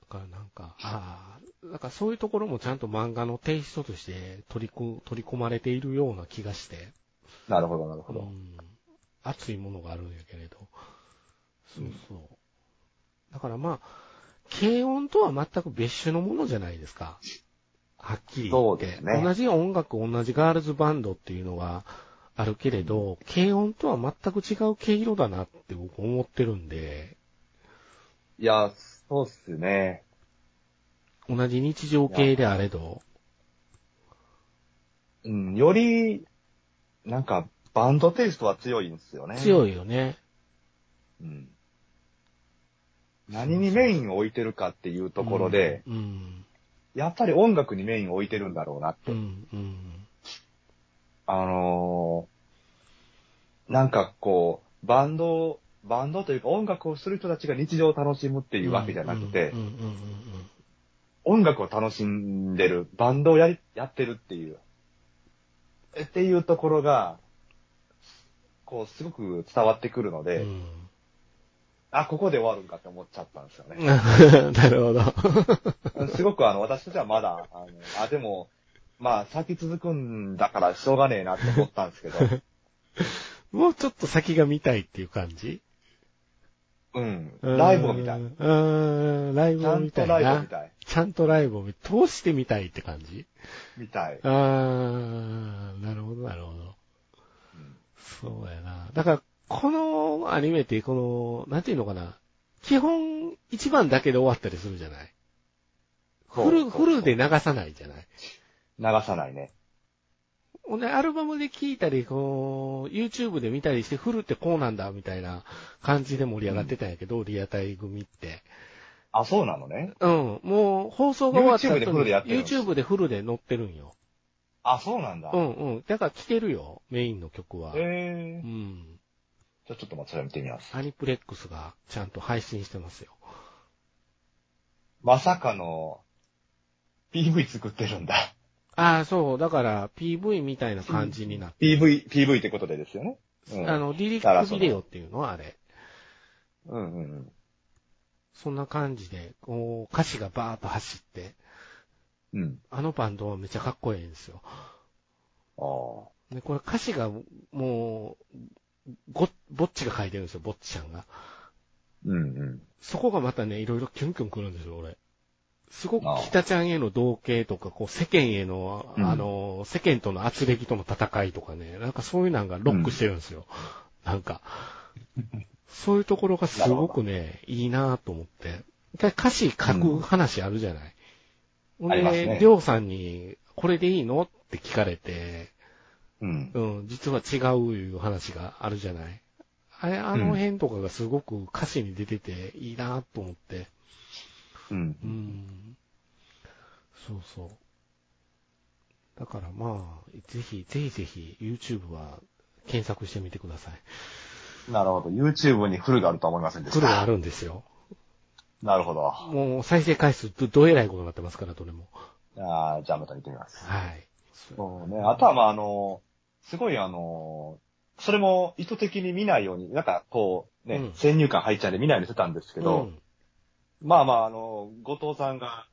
Speaker 1: だからなんか、ああ、だからそういうところもちゃんと漫画のテイストとして取りこ取り込まれているような気がして、
Speaker 2: なるほど、なる
Speaker 1: う
Speaker 2: ほど。
Speaker 1: ん、熱いものがあるんやけれど。そうそう。だからまあ、軽音とは全く別種のものじゃないですか。はっきり言
Speaker 2: そ
Speaker 1: っ
Speaker 2: う
Speaker 1: て。
Speaker 2: ですね
Speaker 1: 同じ音楽、同じガールズバンドっていうのがあるけれど、軽音とは全く違う毛色だなって僕思ってるんで、
Speaker 2: いや、そうっすね。
Speaker 1: 同じ日常系であれど、
Speaker 2: うん、より、なんか、バンドテイストは強いんですよね。
Speaker 1: 強
Speaker 2: い。
Speaker 1: いよね。
Speaker 2: うん。何にメインを置いてるかっていうところで、
Speaker 1: うん、
Speaker 2: やっぱり音楽にメインを置いてるんだろうなって。
Speaker 1: うん、うん、
Speaker 2: あのーなんかこう、バンド、バンドというか音楽をする人たちが日常を楽しむって
Speaker 1: うん。
Speaker 2: いうわけじゃなくて、
Speaker 1: うん、うん、うん、うんうん。
Speaker 2: 音楽を楽しんでる、バンドをやりやってるっていう、っていうところが、こう、すごく伝わってくるので、
Speaker 1: うん
Speaker 2: あ、ここで終わるんかって思っちゃったんですよね。
Speaker 1: なるほど。
Speaker 2: すごくあの、私としてはまだ、あの、あ、でも、まあ、先続くんだからしょうがねえなって思ったんで すけど、
Speaker 1: もうちょっと先が見たいっていう感じ
Speaker 2: うん、ライブを見たい。
Speaker 1: うーん、ライ
Speaker 2: ち
Speaker 1: ブ
Speaker 2: ゃ
Speaker 1: を
Speaker 2: ん
Speaker 1: 見た
Speaker 2: と
Speaker 1: い
Speaker 2: ライブを
Speaker 1: な
Speaker 2: 見。たい。
Speaker 1: ちゃんとライブを見、通してみたいって感じ
Speaker 2: みたい。
Speaker 1: あー、なるほど、なるほど。そうやな。だから、このアニメって、この、なんていうのかな。基本、一番だけで終わったりするじゃないフル、フルで
Speaker 2: 流
Speaker 1: 流さないじゃない
Speaker 2: さないね。
Speaker 1: ほんで、アルバムで聴いたり、こう、YouTube で見たりして、フルってこうなんだ、みたいな感じで盛り上がってたんやけど、リアタイ組って。
Speaker 2: あ、そうなのね。
Speaker 1: うん、もう、放送が終わった後
Speaker 2: YouTube でフルでやってるんです
Speaker 1: YouTube でフルで載ってるんよ。
Speaker 2: あ、そうなんだ。
Speaker 1: う
Speaker 2: へ
Speaker 1: んうん。だから聴けるよ、メインの曲は。
Speaker 2: え
Speaker 1: う。ん。
Speaker 2: じゃあちょっとまあそれ見てみます。
Speaker 1: アニプレックスがちゃんと配信してますよ。
Speaker 2: まさかの、PV 作ってるんだ。
Speaker 1: ああ、そう、だから PV みたいな感じになって、
Speaker 2: PV、PV ってことでですよね。うん。
Speaker 1: あの、リリックビデオっていうのはあれ。
Speaker 2: うんうんうん。
Speaker 1: そんな感じで、こう、歌詞がバーッと走って、
Speaker 2: うん。
Speaker 1: あのバンドはめっちゃかっこいいんですよ。
Speaker 2: ああ。
Speaker 1: で、これ歌詞がもう、ご、ぼっちが書いてるんですよ、ぼっちちゃんが。
Speaker 2: うんうん。
Speaker 1: そこがまたね、いろいろキュンキュンくるんですよ、俺。すごく北ちゃんへの同型とか、こう、世間への、
Speaker 2: うん
Speaker 1: あの、世間との圧力との戦いとかね、なんかそういうのがロックしてるんですよ。なんか。そういうところがすごくね、いいなぁと思って。一回歌詞書く話あるじゃない。ほん
Speaker 2: あります
Speaker 1: で、
Speaker 2: ね
Speaker 1: りょうさんに、これでいいのって聞かれて、
Speaker 2: うん。
Speaker 1: うん、実は違ういう話があるじゃない。あれ、あの辺とかがすごく歌詞に出てていいなと思って。
Speaker 2: うん
Speaker 1: う。ん。そうそう。だからまあ、ぜひ、ぜひぜひ、YouTube は検索してみてください。
Speaker 2: なるほど。YouTube にフルがあるとは思いませんで
Speaker 1: プ
Speaker 2: し
Speaker 1: ロがあ
Speaker 2: た。
Speaker 1: るんですよ。
Speaker 2: なるほど。あ
Speaker 1: もう再生回数ど、どえらいことになってますから、どれも。
Speaker 2: あ、じゃあまた見てみます。
Speaker 1: はい。
Speaker 2: そうね。あとはまああの、すごいあの、それも意図的に見ないように、なんかこう、ね、
Speaker 1: うん
Speaker 2: 先入観入っちゃうんで見ないようにしてたんですけ
Speaker 1: う
Speaker 2: ど、
Speaker 1: ん
Speaker 2: まあまあ、あの、後藤さんが、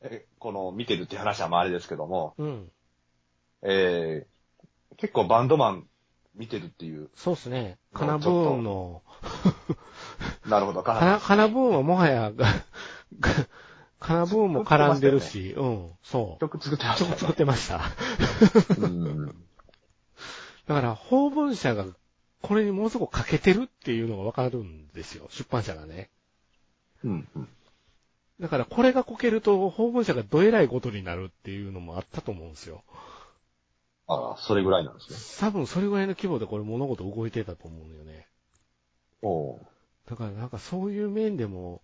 Speaker 2: えこの、見てるって話はまああれですけども、
Speaker 1: うん。
Speaker 2: えー、結構バンドマン見てるっていう、
Speaker 1: そうっすね。
Speaker 2: もう
Speaker 1: カナブーンの、
Speaker 2: なるほど、か
Speaker 1: カ
Speaker 2: な
Speaker 1: ナ、カナブーンはもはや、 ががカナブーンも絡んでるし、うん、そう。
Speaker 2: 曲作ってま
Speaker 1: ちょこ
Speaker 2: し
Speaker 1: ちょこってました。
Speaker 2: たね。うん。
Speaker 1: だから、法文社がこれにもうすぐ欠けてるっていうのがわかるんですよ。出版社がね。
Speaker 2: うん。うん
Speaker 1: だから、これがこけると、法文社がどえらいことになるっていうのもあったと思うんですよ。
Speaker 2: ああ、それぐらいなんですね。
Speaker 1: 多分、それぐらいの規模でこれ物事動いてたと思うのよね。
Speaker 2: おう
Speaker 1: だから、なんかそういう面でも、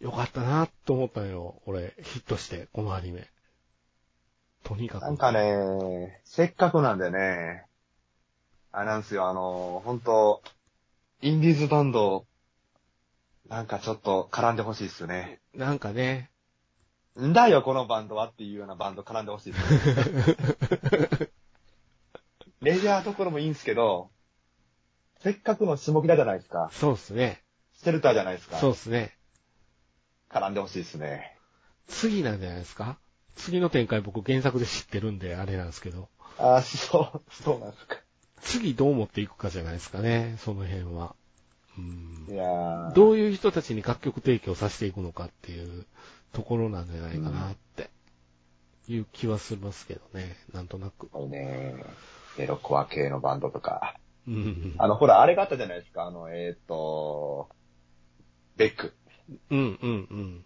Speaker 1: よかったなと思ったのよ。俺、ヒットして、このアニメ。とにかく。
Speaker 2: なんか。ね、せっかくなんでね、あれなんですよ、あの、本当インディーズバンド、なんかちょっと絡んでほしいっすね。
Speaker 1: なんかね。
Speaker 2: んだよ、このバンドはっていうようなバンド絡んでほしいっすね。 レジャーところもいいんすけど、せっかくの下北じゃないですか。
Speaker 1: そうっすね。
Speaker 2: シェルターじゃないですか。
Speaker 1: そうっすね。
Speaker 2: 絡んでほしいっすね。
Speaker 1: 次なんじゃないですか次の展開僕原作で知ってるんで、あれなんですけど。
Speaker 2: ああ、そう、そうなんですか。
Speaker 1: 次どう持っていくかじゃないですかね、その辺は。うん
Speaker 2: いやー
Speaker 1: どういう人たちに楽曲提供させていくのかっていうところなんじゃないかなって、いう気はしますけどね、なんとなく。
Speaker 2: これね、エロコア系のバンドとか。
Speaker 1: うんうん
Speaker 2: あの、ほら、あれがあったじゃないですか。あの、えっ、と、ベック。
Speaker 1: うんうんうん。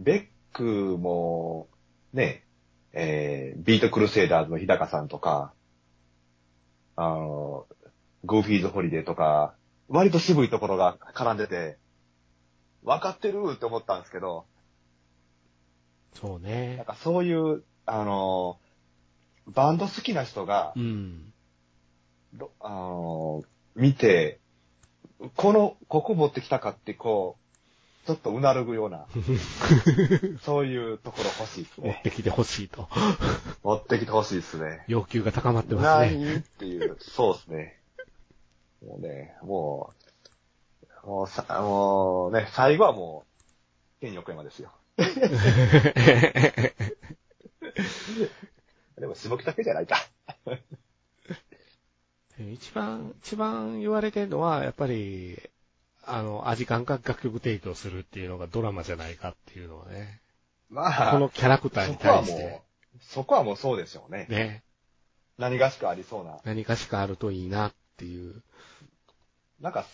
Speaker 2: ベックも、ね、えー、ビートクルセイダーズの日高さんとか、あの、ゴーフィーズホリデーとか、割と渋いところが絡んでて、分かってるって思ったんですけど、
Speaker 1: そう
Speaker 2: なん
Speaker 1: ね。
Speaker 2: かそういう、あの、バンド好きな人が
Speaker 1: う、ん。
Speaker 2: ろあのー見て、この、ここ持ってきたかって、こう、ちょっとうなるぐよ うな、そういうところ欲しいです
Speaker 1: 持っ
Speaker 2: ね。
Speaker 1: てきてほしいと。
Speaker 2: 持ってきて欲しいですね。
Speaker 1: 要求が高まってますね。
Speaker 2: 何っていう、そうですね。もうね、もう、もうさ、もうね、最後はもう、天横山ですよ。でも、下北だけじゃないか。
Speaker 1: 一番、一番言われてるのは、やっぱり、あの、アジカンが楽曲提供するっていうのがドラマじゃないかっていうのはね。
Speaker 2: まあ、
Speaker 1: このキャラクター
Speaker 2: そ
Speaker 1: に
Speaker 2: こは
Speaker 1: 対
Speaker 2: も
Speaker 1: して、
Speaker 2: う、そこはもうそうでしょうね。
Speaker 1: ね、
Speaker 2: 何がしかありそうな。
Speaker 1: 何かしかあるといいなっていう。
Speaker 2: なんか、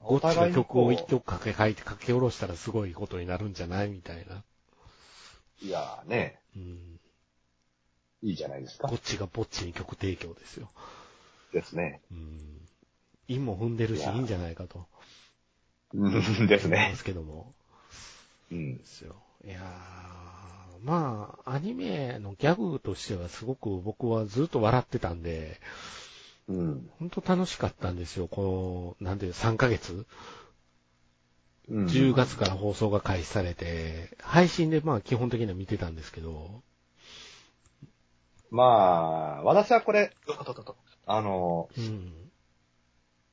Speaker 1: ゴ
Speaker 2: お
Speaker 1: ッチ
Speaker 2: 互
Speaker 1: の
Speaker 2: いに
Speaker 1: 曲を
Speaker 2: こう
Speaker 1: 一曲かけ、書いて書き下ろしたらすごいことになるんじゃないみたいな。
Speaker 2: いやーね、
Speaker 1: うん。
Speaker 2: いいじゃないですか
Speaker 1: ゴ。ッチがぼっちに曲提供ですよ。
Speaker 2: ですね。
Speaker 1: うん。韻も踏んでるし、
Speaker 2: い
Speaker 1: い
Speaker 2: や
Speaker 1: いんじゃないかと。
Speaker 2: うん です
Speaker 1: 思い
Speaker 2: ね
Speaker 1: ま。すけども。
Speaker 2: うん
Speaker 1: で。すよ。いやー、まあ、アニメのギャグとしてはすごく僕はずっと笑ってたんで、
Speaker 2: うん。
Speaker 1: ほんと楽しかったんですよ。この、なんていう、3ヶ月
Speaker 2: うん
Speaker 1: 10。月から放送が開始されて、配信でまあ基本的には見てたんですけど、
Speaker 2: まあ、私はこれ、おっとっとっとあの、
Speaker 1: うん。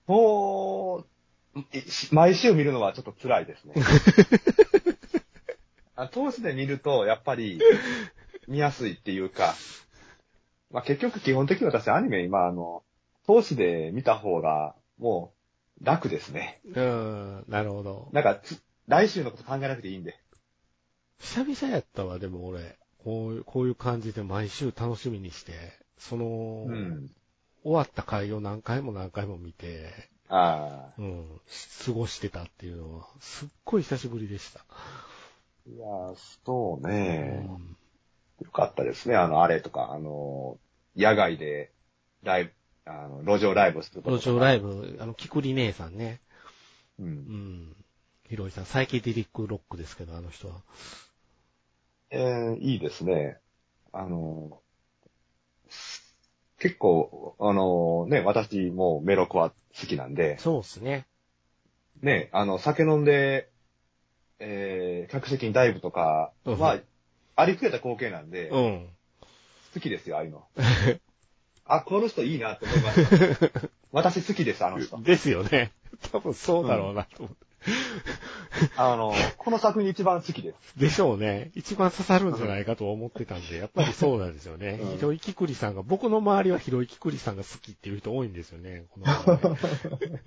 Speaker 2: もう、い毎週見るのはちょっと辛い ですね。あ当時で見ると、やっぱり、見やすいっていうか、まあ結局基本的に私アニメ今、あの、当時で見た方が、もう、楽ですね。
Speaker 1: うん、なるほど。
Speaker 2: なんかつ、来週のこと考えなくていいんで。
Speaker 1: 久々やったわ、でも俺。こういう、こういう感じで毎週楽しみにして、その、
Speaker 2: うん。
Speaker 1: 終わった回を何回も何回も見て、
Speaker 2: あ
Speaker 1: う
Speaker 2: あ。
Speaker 1: ん、過ごしてたっていうのは、すっごい久しぶりでした。
Speaker 2: いやー、そうね。
Speaker 1: うん
Speaker 2: よかったですね。あの、あれとか、あの、野外で、ライブ、あの、路上ライブすること
Speaker 1: 路
Speaker 2: とか。
Speaker 1: 上ライブ、あの、キクリ姉さんね。
Speaker 2: う。
Speaker 1: うんん。ひろいさん、サイケデリックロックですけど、あの人は。
Speaker 2: えーいいですね。あの、結構、あの、ね、私もうメロコア好きなんで、
Speaker 1: そうっすね。
Speaker 2: ね、あの、酒飲んで、えー、客席にダイブとか
Speaker 1: うん
Speaker 2: は、ありふれた光景なんで、
Speaker 1: うん。
Speaker 2: 好きですよ、ああいう の。あ、この人いいなって思いました。私好きです、あの人。
Speaker 1: ですよね。多分そうだろうなと思って。
Speaker 2: あの、この作品一番好きです。
Speaker 1: でしょうね。一番刺さるんじゃないかと思ってたんで、やっぱりそうなんですよね。
Speaker 2: うん
Speaker 1: ひろゆきくりさんが、僕の周りはひろゆきくりさんが好きっていう人多いんですよね。この名前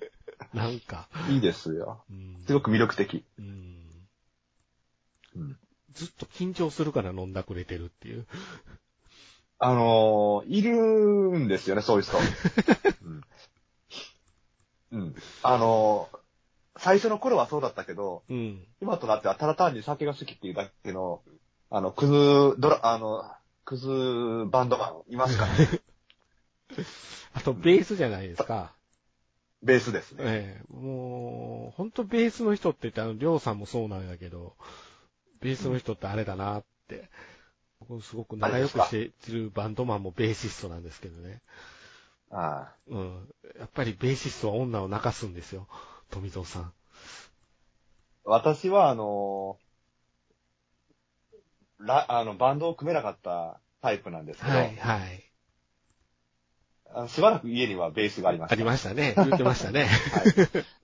Speaker 1: なんか。
Speaker 2: いいですよ。
Speaker 1: うん
Speaker 2: すごく魅力的。
Speaker 1: うん
Speaker 2: うん
Speaker 1: ずっと緊張するから飲んだくれてるっていう。
Speaker 2: あのーいるんですよね、そういう 人。うん。うん。あのー最初の頃はそうだったけど、
Speaker 1: うん。
Speaker 2: 今となってはただ単に酒が好きっていうだけの、あの、クズ、ドラ、あの、クズバンドマンいますから ね。
Speaker 1: あと、ベースじゃないですか。
Speaker 2: ベースですね。
Speaker 1: ええもう、ほんとベースの人って言って、あの、りょうさんもそうなんだけど、ベースの人ってあれだなって。僕すごく仲良くしてるバンドマンもベーシストなんですけどね。
Speaker 2: ああ
Speaker 1: うん。やっぱりベーシストは女を泣かすんですよ。富蔵さん。
Speaker 2: 私は、あのーラ、あの、バンドを組めなかったタイプなんですけど、
Speaker 1: はい、はい。
Speaker 2: あのしばらく家にはベースがありまし
Speaker 1: あ
Speaker 2: た。
Speaker 1: りましたね。言ってましたね。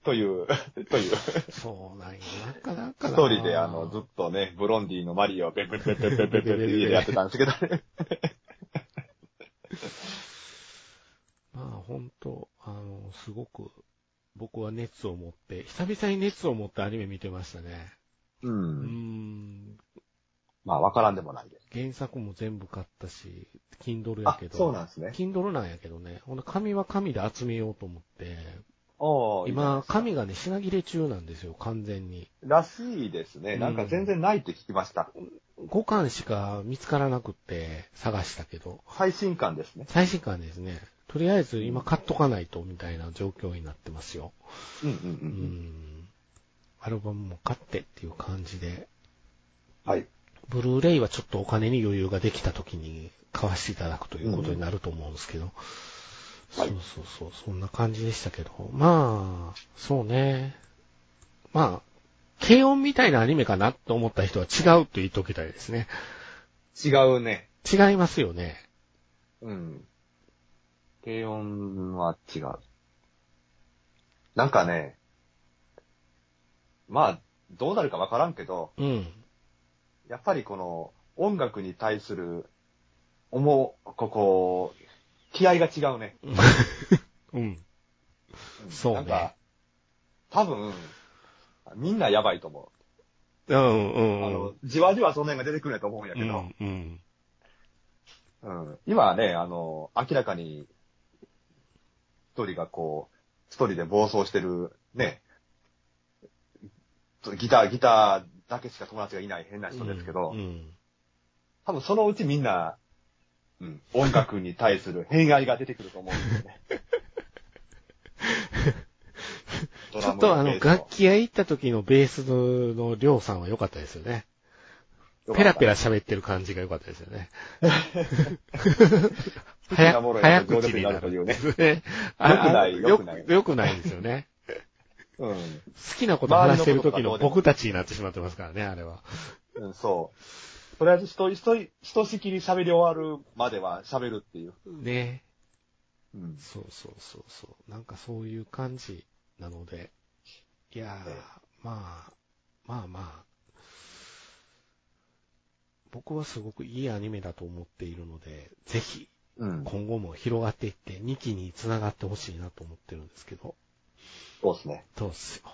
Speaker 2: という、という。
Speaker 1: そうなんよ。なんかなんか
Speaker 2: 一
Speaker 1: な。
Speaker 2: 人であの、ずっとね、ブロンディのマリオをペンペンペンペンペンペンペンって家でやってたんですけどね。
Speaker 1: まあ本当、あの、すごく僕は熱を持って、久々に熱を持ってアニメ見てましたね。
Speaker 2: う
Speaker 1: うー
Speaker 2: ん。
Speaker 1: ん。
Speaker 2: まあ、わからんでもないです。
Speaker 1: 原作も全部買ったし、Kindle や
Speaker 2: あ
Speaker 1: け、ど。
Speaker 2: そうなんですね。
Speaker 1: Kindle なんやけどね。ほんで紙は紙で集めようと思って、
Speaker 2: おー
Speaker 1: 今、、紙がね、品切れ中なんですよ、完全に。
Speaker 2: らしいですね。なんか全然ないって聞きました。
Speaker 1: 5巻しか見つからなくって、探したけど。
Speaker 2: 最新刊ですね。
Speaker 1: 最新巻ですね。とりあえず今買っとかないと、みたいな状況になってますよ。
Speaker 2: うんう
Speaker 1: うんん。アルバムも買ってっていう感じで。
Speaker 2: うん。はい。
Speaker 1: ブルーレイはちょっとお金に余裕ができた時に買わせていただくということになると思うんですけど。そうそうそう、そんな感じでしたけど。まあ、そうね。まあ、軽音みたいなアニメかなと思った人は違うと言っときたいですね。
Speaker 2: 違うね。
Speaker 1: 違いますよね。
Speaker 2: うん。低音は違う。なんかね、まあ、どうなるかわからんけど、
Speaker 1: うん。
Speaker 2: やっぱりこの音楽に対する思う、ここ、気合が違うね。
Speaker 1: うん。
Speaker 2: ん
Speaker 1: そうね
Speaker 2: なんか、多分、みんなやばいと思
Speaker 1: うん、う
Speaker 2: う。
Speaker 1: ん、
Speaker 2: あの、じわじわその辺が出てくるんやと思うんやけ
Speaker 1: う
Speaker 2: ど
Speaker 1: ん、、うん。
Speaker 2: うん今はね、あの、明らかに、一人がこう、一人で暴走してる、ね、ギター、ギターだけしか友達がいない変な人ですけど、
Speaker 1: うん。
Speaker 2: 多分そのうちみんな、うん、音楽に対する偏愛が出てくると思うんです よね。ド
Speaker 1: ちょ
Speaker 2: ラ
Speaker 1: っ
Speaker 2: ム
Speaker 1: とあの、
Speaker 2: ベースも
Speaker 1: 楽器屋行った時のベースのりょうさんは良かったですよね。ペラペラ喋ってる感じが良かったですよ ね。
Speaker 2: 口
Speaker 1: 早
Speaker 2: が脆いと
Speaker 1: 早口に
Speaker 2: 上手にな
Speaker 1: な
Speaker 2: るとい
Speaker 1: る
Speaker 2: うね。
Speaker 1: ああ
Speaker 2: 良くない
Speaker 1: よ良くないですよね。
Speaker 2: う
Speaker 1: 好
Speaker 2: ん
Speaker 1: きなこと話してる時の僕たちになってしまってますからね、あれは。
Speaker 2: うん、そう。とりあえず、ひと、ひと、ひとしきり喋り終わるまでは喋るっていう。
Speaker 1: ね。
Speaker 2: うん。
Speaker 1: そうそうそうそう。なんかそういう感じなので。いやー
Speaker 2: ええ、
Speaker 1: まあ、まあまあ。僕はすごくいいアニメだと思っているので、ぜひ
Speaker 2: うん。
Speaker 1: 今後も広がっていって2期に繋がってほしいなと思ってるんですけど。
Speaker 2: そうですね。
Speaker 1: どうっすよ。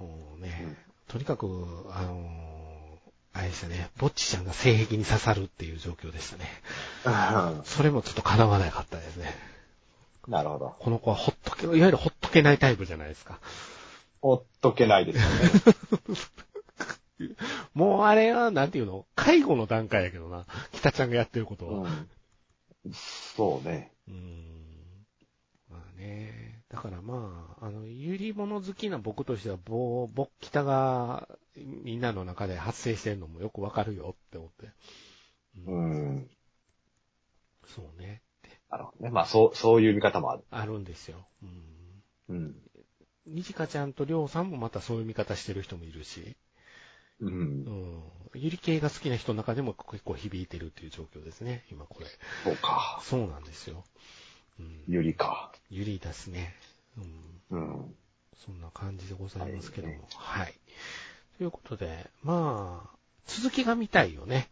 Speaker 1: もうね、
Speaker 2: うん
Speaker 1: とにかく、あのーあれでしたね、ぼっちちゃんが性癖に刺さるっていう状況でしたね。それもちょっと叶わなかったですね。
Speaker 2: なるほど。
Speaker 1: この子はほっとけ、いわゆるほっとけないタイプじゃないですか。
Speaker 2: ほっとけないですよね。
Speaker 1: もうあれは、なんていうの介護の段階やけどな。北ちゃんがやってることは。
Speaker 2: うん。そうね。
Speaker 1: うーん。まあね。だからまあ、あの、ゆりもの好きな僕としては、ぼ、ぼっ北がみんなの中で発生してるのもよくわかるよって思って。
Speaker 2: うん。
Speaker 1: そうね。
Speaker 2: なるほどね。まあ、そう、そういう見方もある。
Speaker 1: あるんですよ。うん。
Speaker 2: うん。
Speaker 1: にじかちゃんとりょうさんもまたそういう見方してる人もいるし、
Speaker 2: うん
Speaker 1: う。ん。ゆり系が好きな人の中でも結構響いてるっていう状況ですね、今これ。
Speaker 2: そうか。
Speaker 1: そうなんですよ。うん。
Speaker 2: ゆりか。
Speaker 1: ゆりですね。うん。
Speaker 2: うん。
Speaker 1: そんな感じでございますけども。はい。ということで、まあ、続きが見たいよね。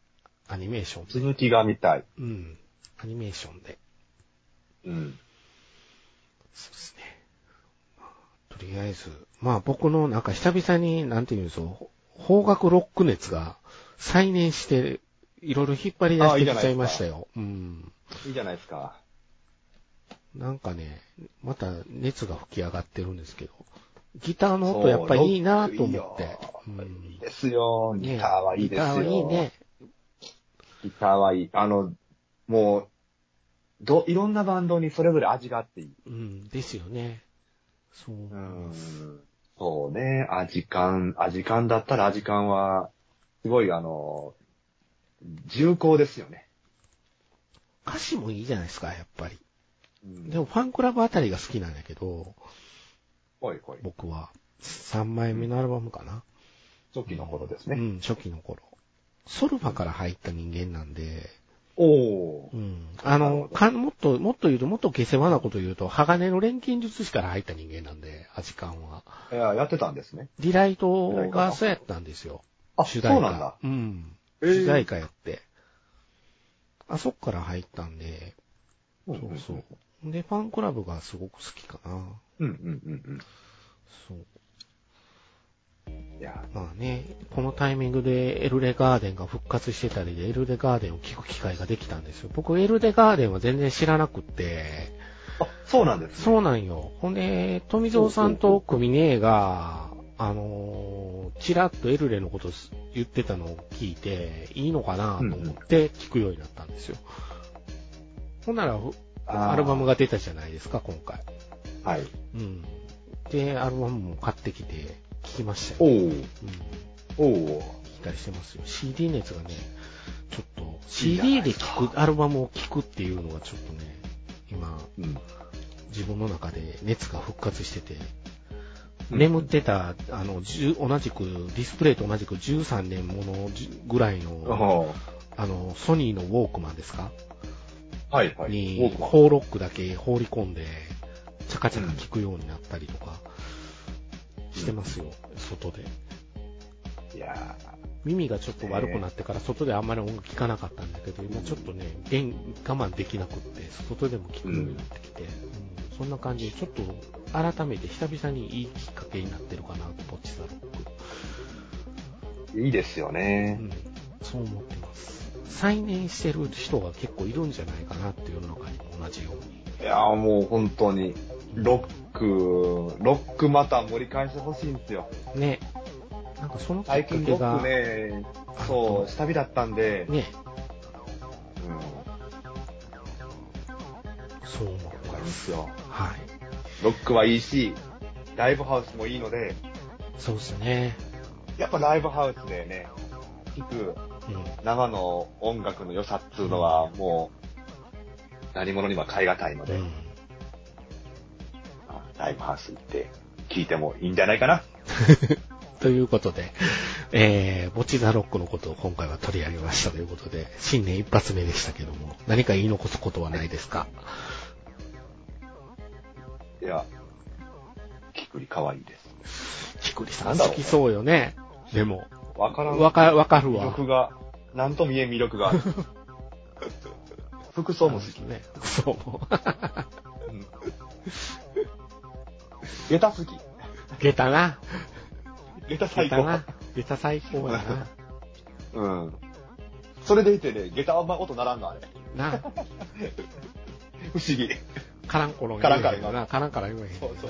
Speaker 1: アニメーションで。
Speaker 2: 続きが見たい。
Speaker 1: うん。アニメーションで。
Speaker 2: うん。
Speaker 1: そうですね。まあとりあえず、まあ僕のなんか久々に、なんていうんですか、方角ロック熱が再燃して、いろいろ引っ張り出してきちゃいましたよ。うん。
Speaker 2: いいじゃないですか。
Speaker 1: なんかね、また熱が吹き上がってるんですけど、ギターの音やっぱりいいなと思って。
Speaker 2: そうロックいいよ
Speaker 1: うん
Speaker 2: いいですよ。ギターはいいですよ。
Speaker 1: ギターはいいね。
Speaker 2: ギターはいい。あの、もう、ど、いろんなバンドにそれぞれ味があっていい。
Speaker 1: うん、ですよね。そう。
Speaker 2: ん。そうね、アジカン、アジカンだったらアジカンは、すごいあの、重厚ですよね。
Speaker 1: 歌詞もいいじゃないですか、やっぱり。
Speaker 2: うん
Speaker 1: でも、ファンクラブあたりが好きなんだけど、
Speaker 2: ほいほい。
Speaker 1: 僕は。3枚目のアルバムかな。
Speaker 2: 初期の頃です
Speaker 1: う
Speaker 2: ね。
Speaker 1: ん、初期の頃。ソルファから入った人間なんで、
Speaker 2: おー
Speaker 1: う。ん。あ
Speaker 2: なる
Speaker 1: の
Speaker 2: ほ、ど
Speaker 1: かもっと、もっと言うと、もっと下世話なこと言うと、鋼の錬金術師から入った人間なんで、アジカンは。
Speaker 2: いや、やってたんですね。
Speaker 1: リライト
Speaker 2: リライト
Speaker 1: が
Speaker 2: か
Speaker 1: そうやったんですよ。
Speaker 2: あ、そ
Speaker 1: 主
Speaker 2: う
Speaker 1: 題歌。
Speaker 2: なんだ。。
Speaker 1: うん。
Speaker 2: えー
Speaker 1: 主題歌やって。あそっから入ったんで、
Speaker 2: そ
Speaker 1: そうそう。。で、ファンクラブがすごく好きかな。
Speaker 2: うんうんうん
Speaker 1: そう。
Speaker 2: うん。いや、
Speaker 1: まあね、このタイミングでエルレガーデンが復活してたりで、エルレガーデンを聞く機会ができたんですよ。僕、エルレガーデンは全然知らなくって、
Speaker 2: あ、そうなんです、ね。
Speaker 1: そうなんよ。ほんで、富蔵さんと組姉が、あのー、ちらっとエルレのこと言ってたのを聞いて、いいのかなと思って聞くようになったんですよ。ほんなら、ふ
Speaker 2: あー
Speaker 1: アルバムが出たじゃないですか、今回。
Speaker 2: はい。
Speaker 1: うん。で、アルバムも買ってきて、聞きました
Speaker 2: お
Speaker 1: よ。
Speaker 2: ー。
Speaker 1: うん聞い
Speaker 2: おー。
Speaker 1: たりしてますよ。CD 熱がね、ちょっと、
Speaker 2: いいじゃな
Speaker 1: CD
Speaker 2: い
Speaker 1: で
Speaker 2: ですか
Speaker 1: 聴く、アルバムを聴くっていうのがちょっとね、今、
Speaker 2: うん。
Speaker 1: 自分の中で熱が復活してて、
Speaker 2: うん
Speaker 1: 眠ってた、あの、10同じく、ディスプレイと同じく13年ものぐらいの、
Speaker 2: あ
Speaker 1: あの、ソニーのウォークマンですか
Speaker 2: あ。はいはい。
Speaker 1: に、
Speaker 2: 僕も
Speaker 1: ホーロックだけ放り込んで、チャカチャカ聴くようになったりとか、してますよ、外で。
Speaker 2: いや
Speaker 1: 耳がちょっと悪くなってから外であんまり音楽聴かなかったんだけど、今ちょっとね、でん我慢できなくって、外でも聴くようになってきて、うんそんな感じで、ちょっと改めて久々にいいきっかけになってるかなと、ポッチザロック。
Speaker 2: ーいいですよ
Speaker 1: う
Speaker 2: ね。
Speaker 1: ん、そう思ってます。再燃してる人が結構いるんじゃないかなっていう中にも同じように。
Speaker 2: いやーもう本当に、ロック、ロックまた盛り返してほしいんですよ。
Speaker 1: ね。なんかそのきっ
Speaker 2: 最
Speaker 1: か
Speaker 2: 近ロ
Speaker 1: けが、ね
Speaker 2: ックね、そう、下火だったんで、うん、
Speaker 1: そう思って
Speaker 2: いい
Speaker 1: ま。
Speaker 2: ですすよ。
Speaker 1: はい。
Speaker 2: ロックはいいし、ライブハウスもいいので、
Speaker 1: そうですね。
Speaker 2: やっぱライブハウスでね、聞く
Speaker 1: うん。
Speaker 2: 生の音楽の良さっつうのは、もう、何者にも代え難いので、
Speaker 1: うん。
Speaker 2: ライブハウス行って、聞いてもいいんじゃないかな。
Speaker 1: ということで、えー、ボチザロックのことを今回は取り上げましたということで、新年一発目でしたけども、何か言い残すことはないですか
Speaker 2: いや、きくり可愛いです。
Speaker 1: ひくりさ
Speaker 2: なんんだろ
Speaker 1: 好
Speaker 2: う
Speaker 1: きそうよね。でも、
Speaker 2: わからん。
Speaker 1: わか、わかる
Speaker 2: 魅
Speaker 1: わ。
Speaker 2: 力が、なんと見えん魅力がある。 服装も好き。
Speaker 1: ね。そう。
Speaker 2: うん下駄好き。
Speaker 1: 下駄な。
Speaker 2: 下駄
Speaker 1: 下
Speaker 2: 最
Speaker 1: 駄
Speaker 2: 高。
Speaker 1: な。下駄最高やな。
Speaker 2: うん。それでいてね、下駄はあんま音ならんの、あれ。
Speaker 1: な、
Speaker 2: 不思議。
Speaker 1: カランコロン
Speaker 2: カランカラ
Speaker 1: へ
Speaker 2: ン
Speaker 1: んよな。カランカラン言わへんよな。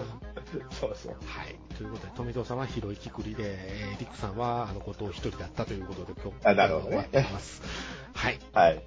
Speaker 2: そうそう。
Speaker 1: はい。ということで、富蔵さんは広いきくりで、えー、リクさんは、あのことを一人だったということで、今日
Speaker 2: あなるほどね
Speaker 1: 終わってます。はい。
Speaker 2: はい。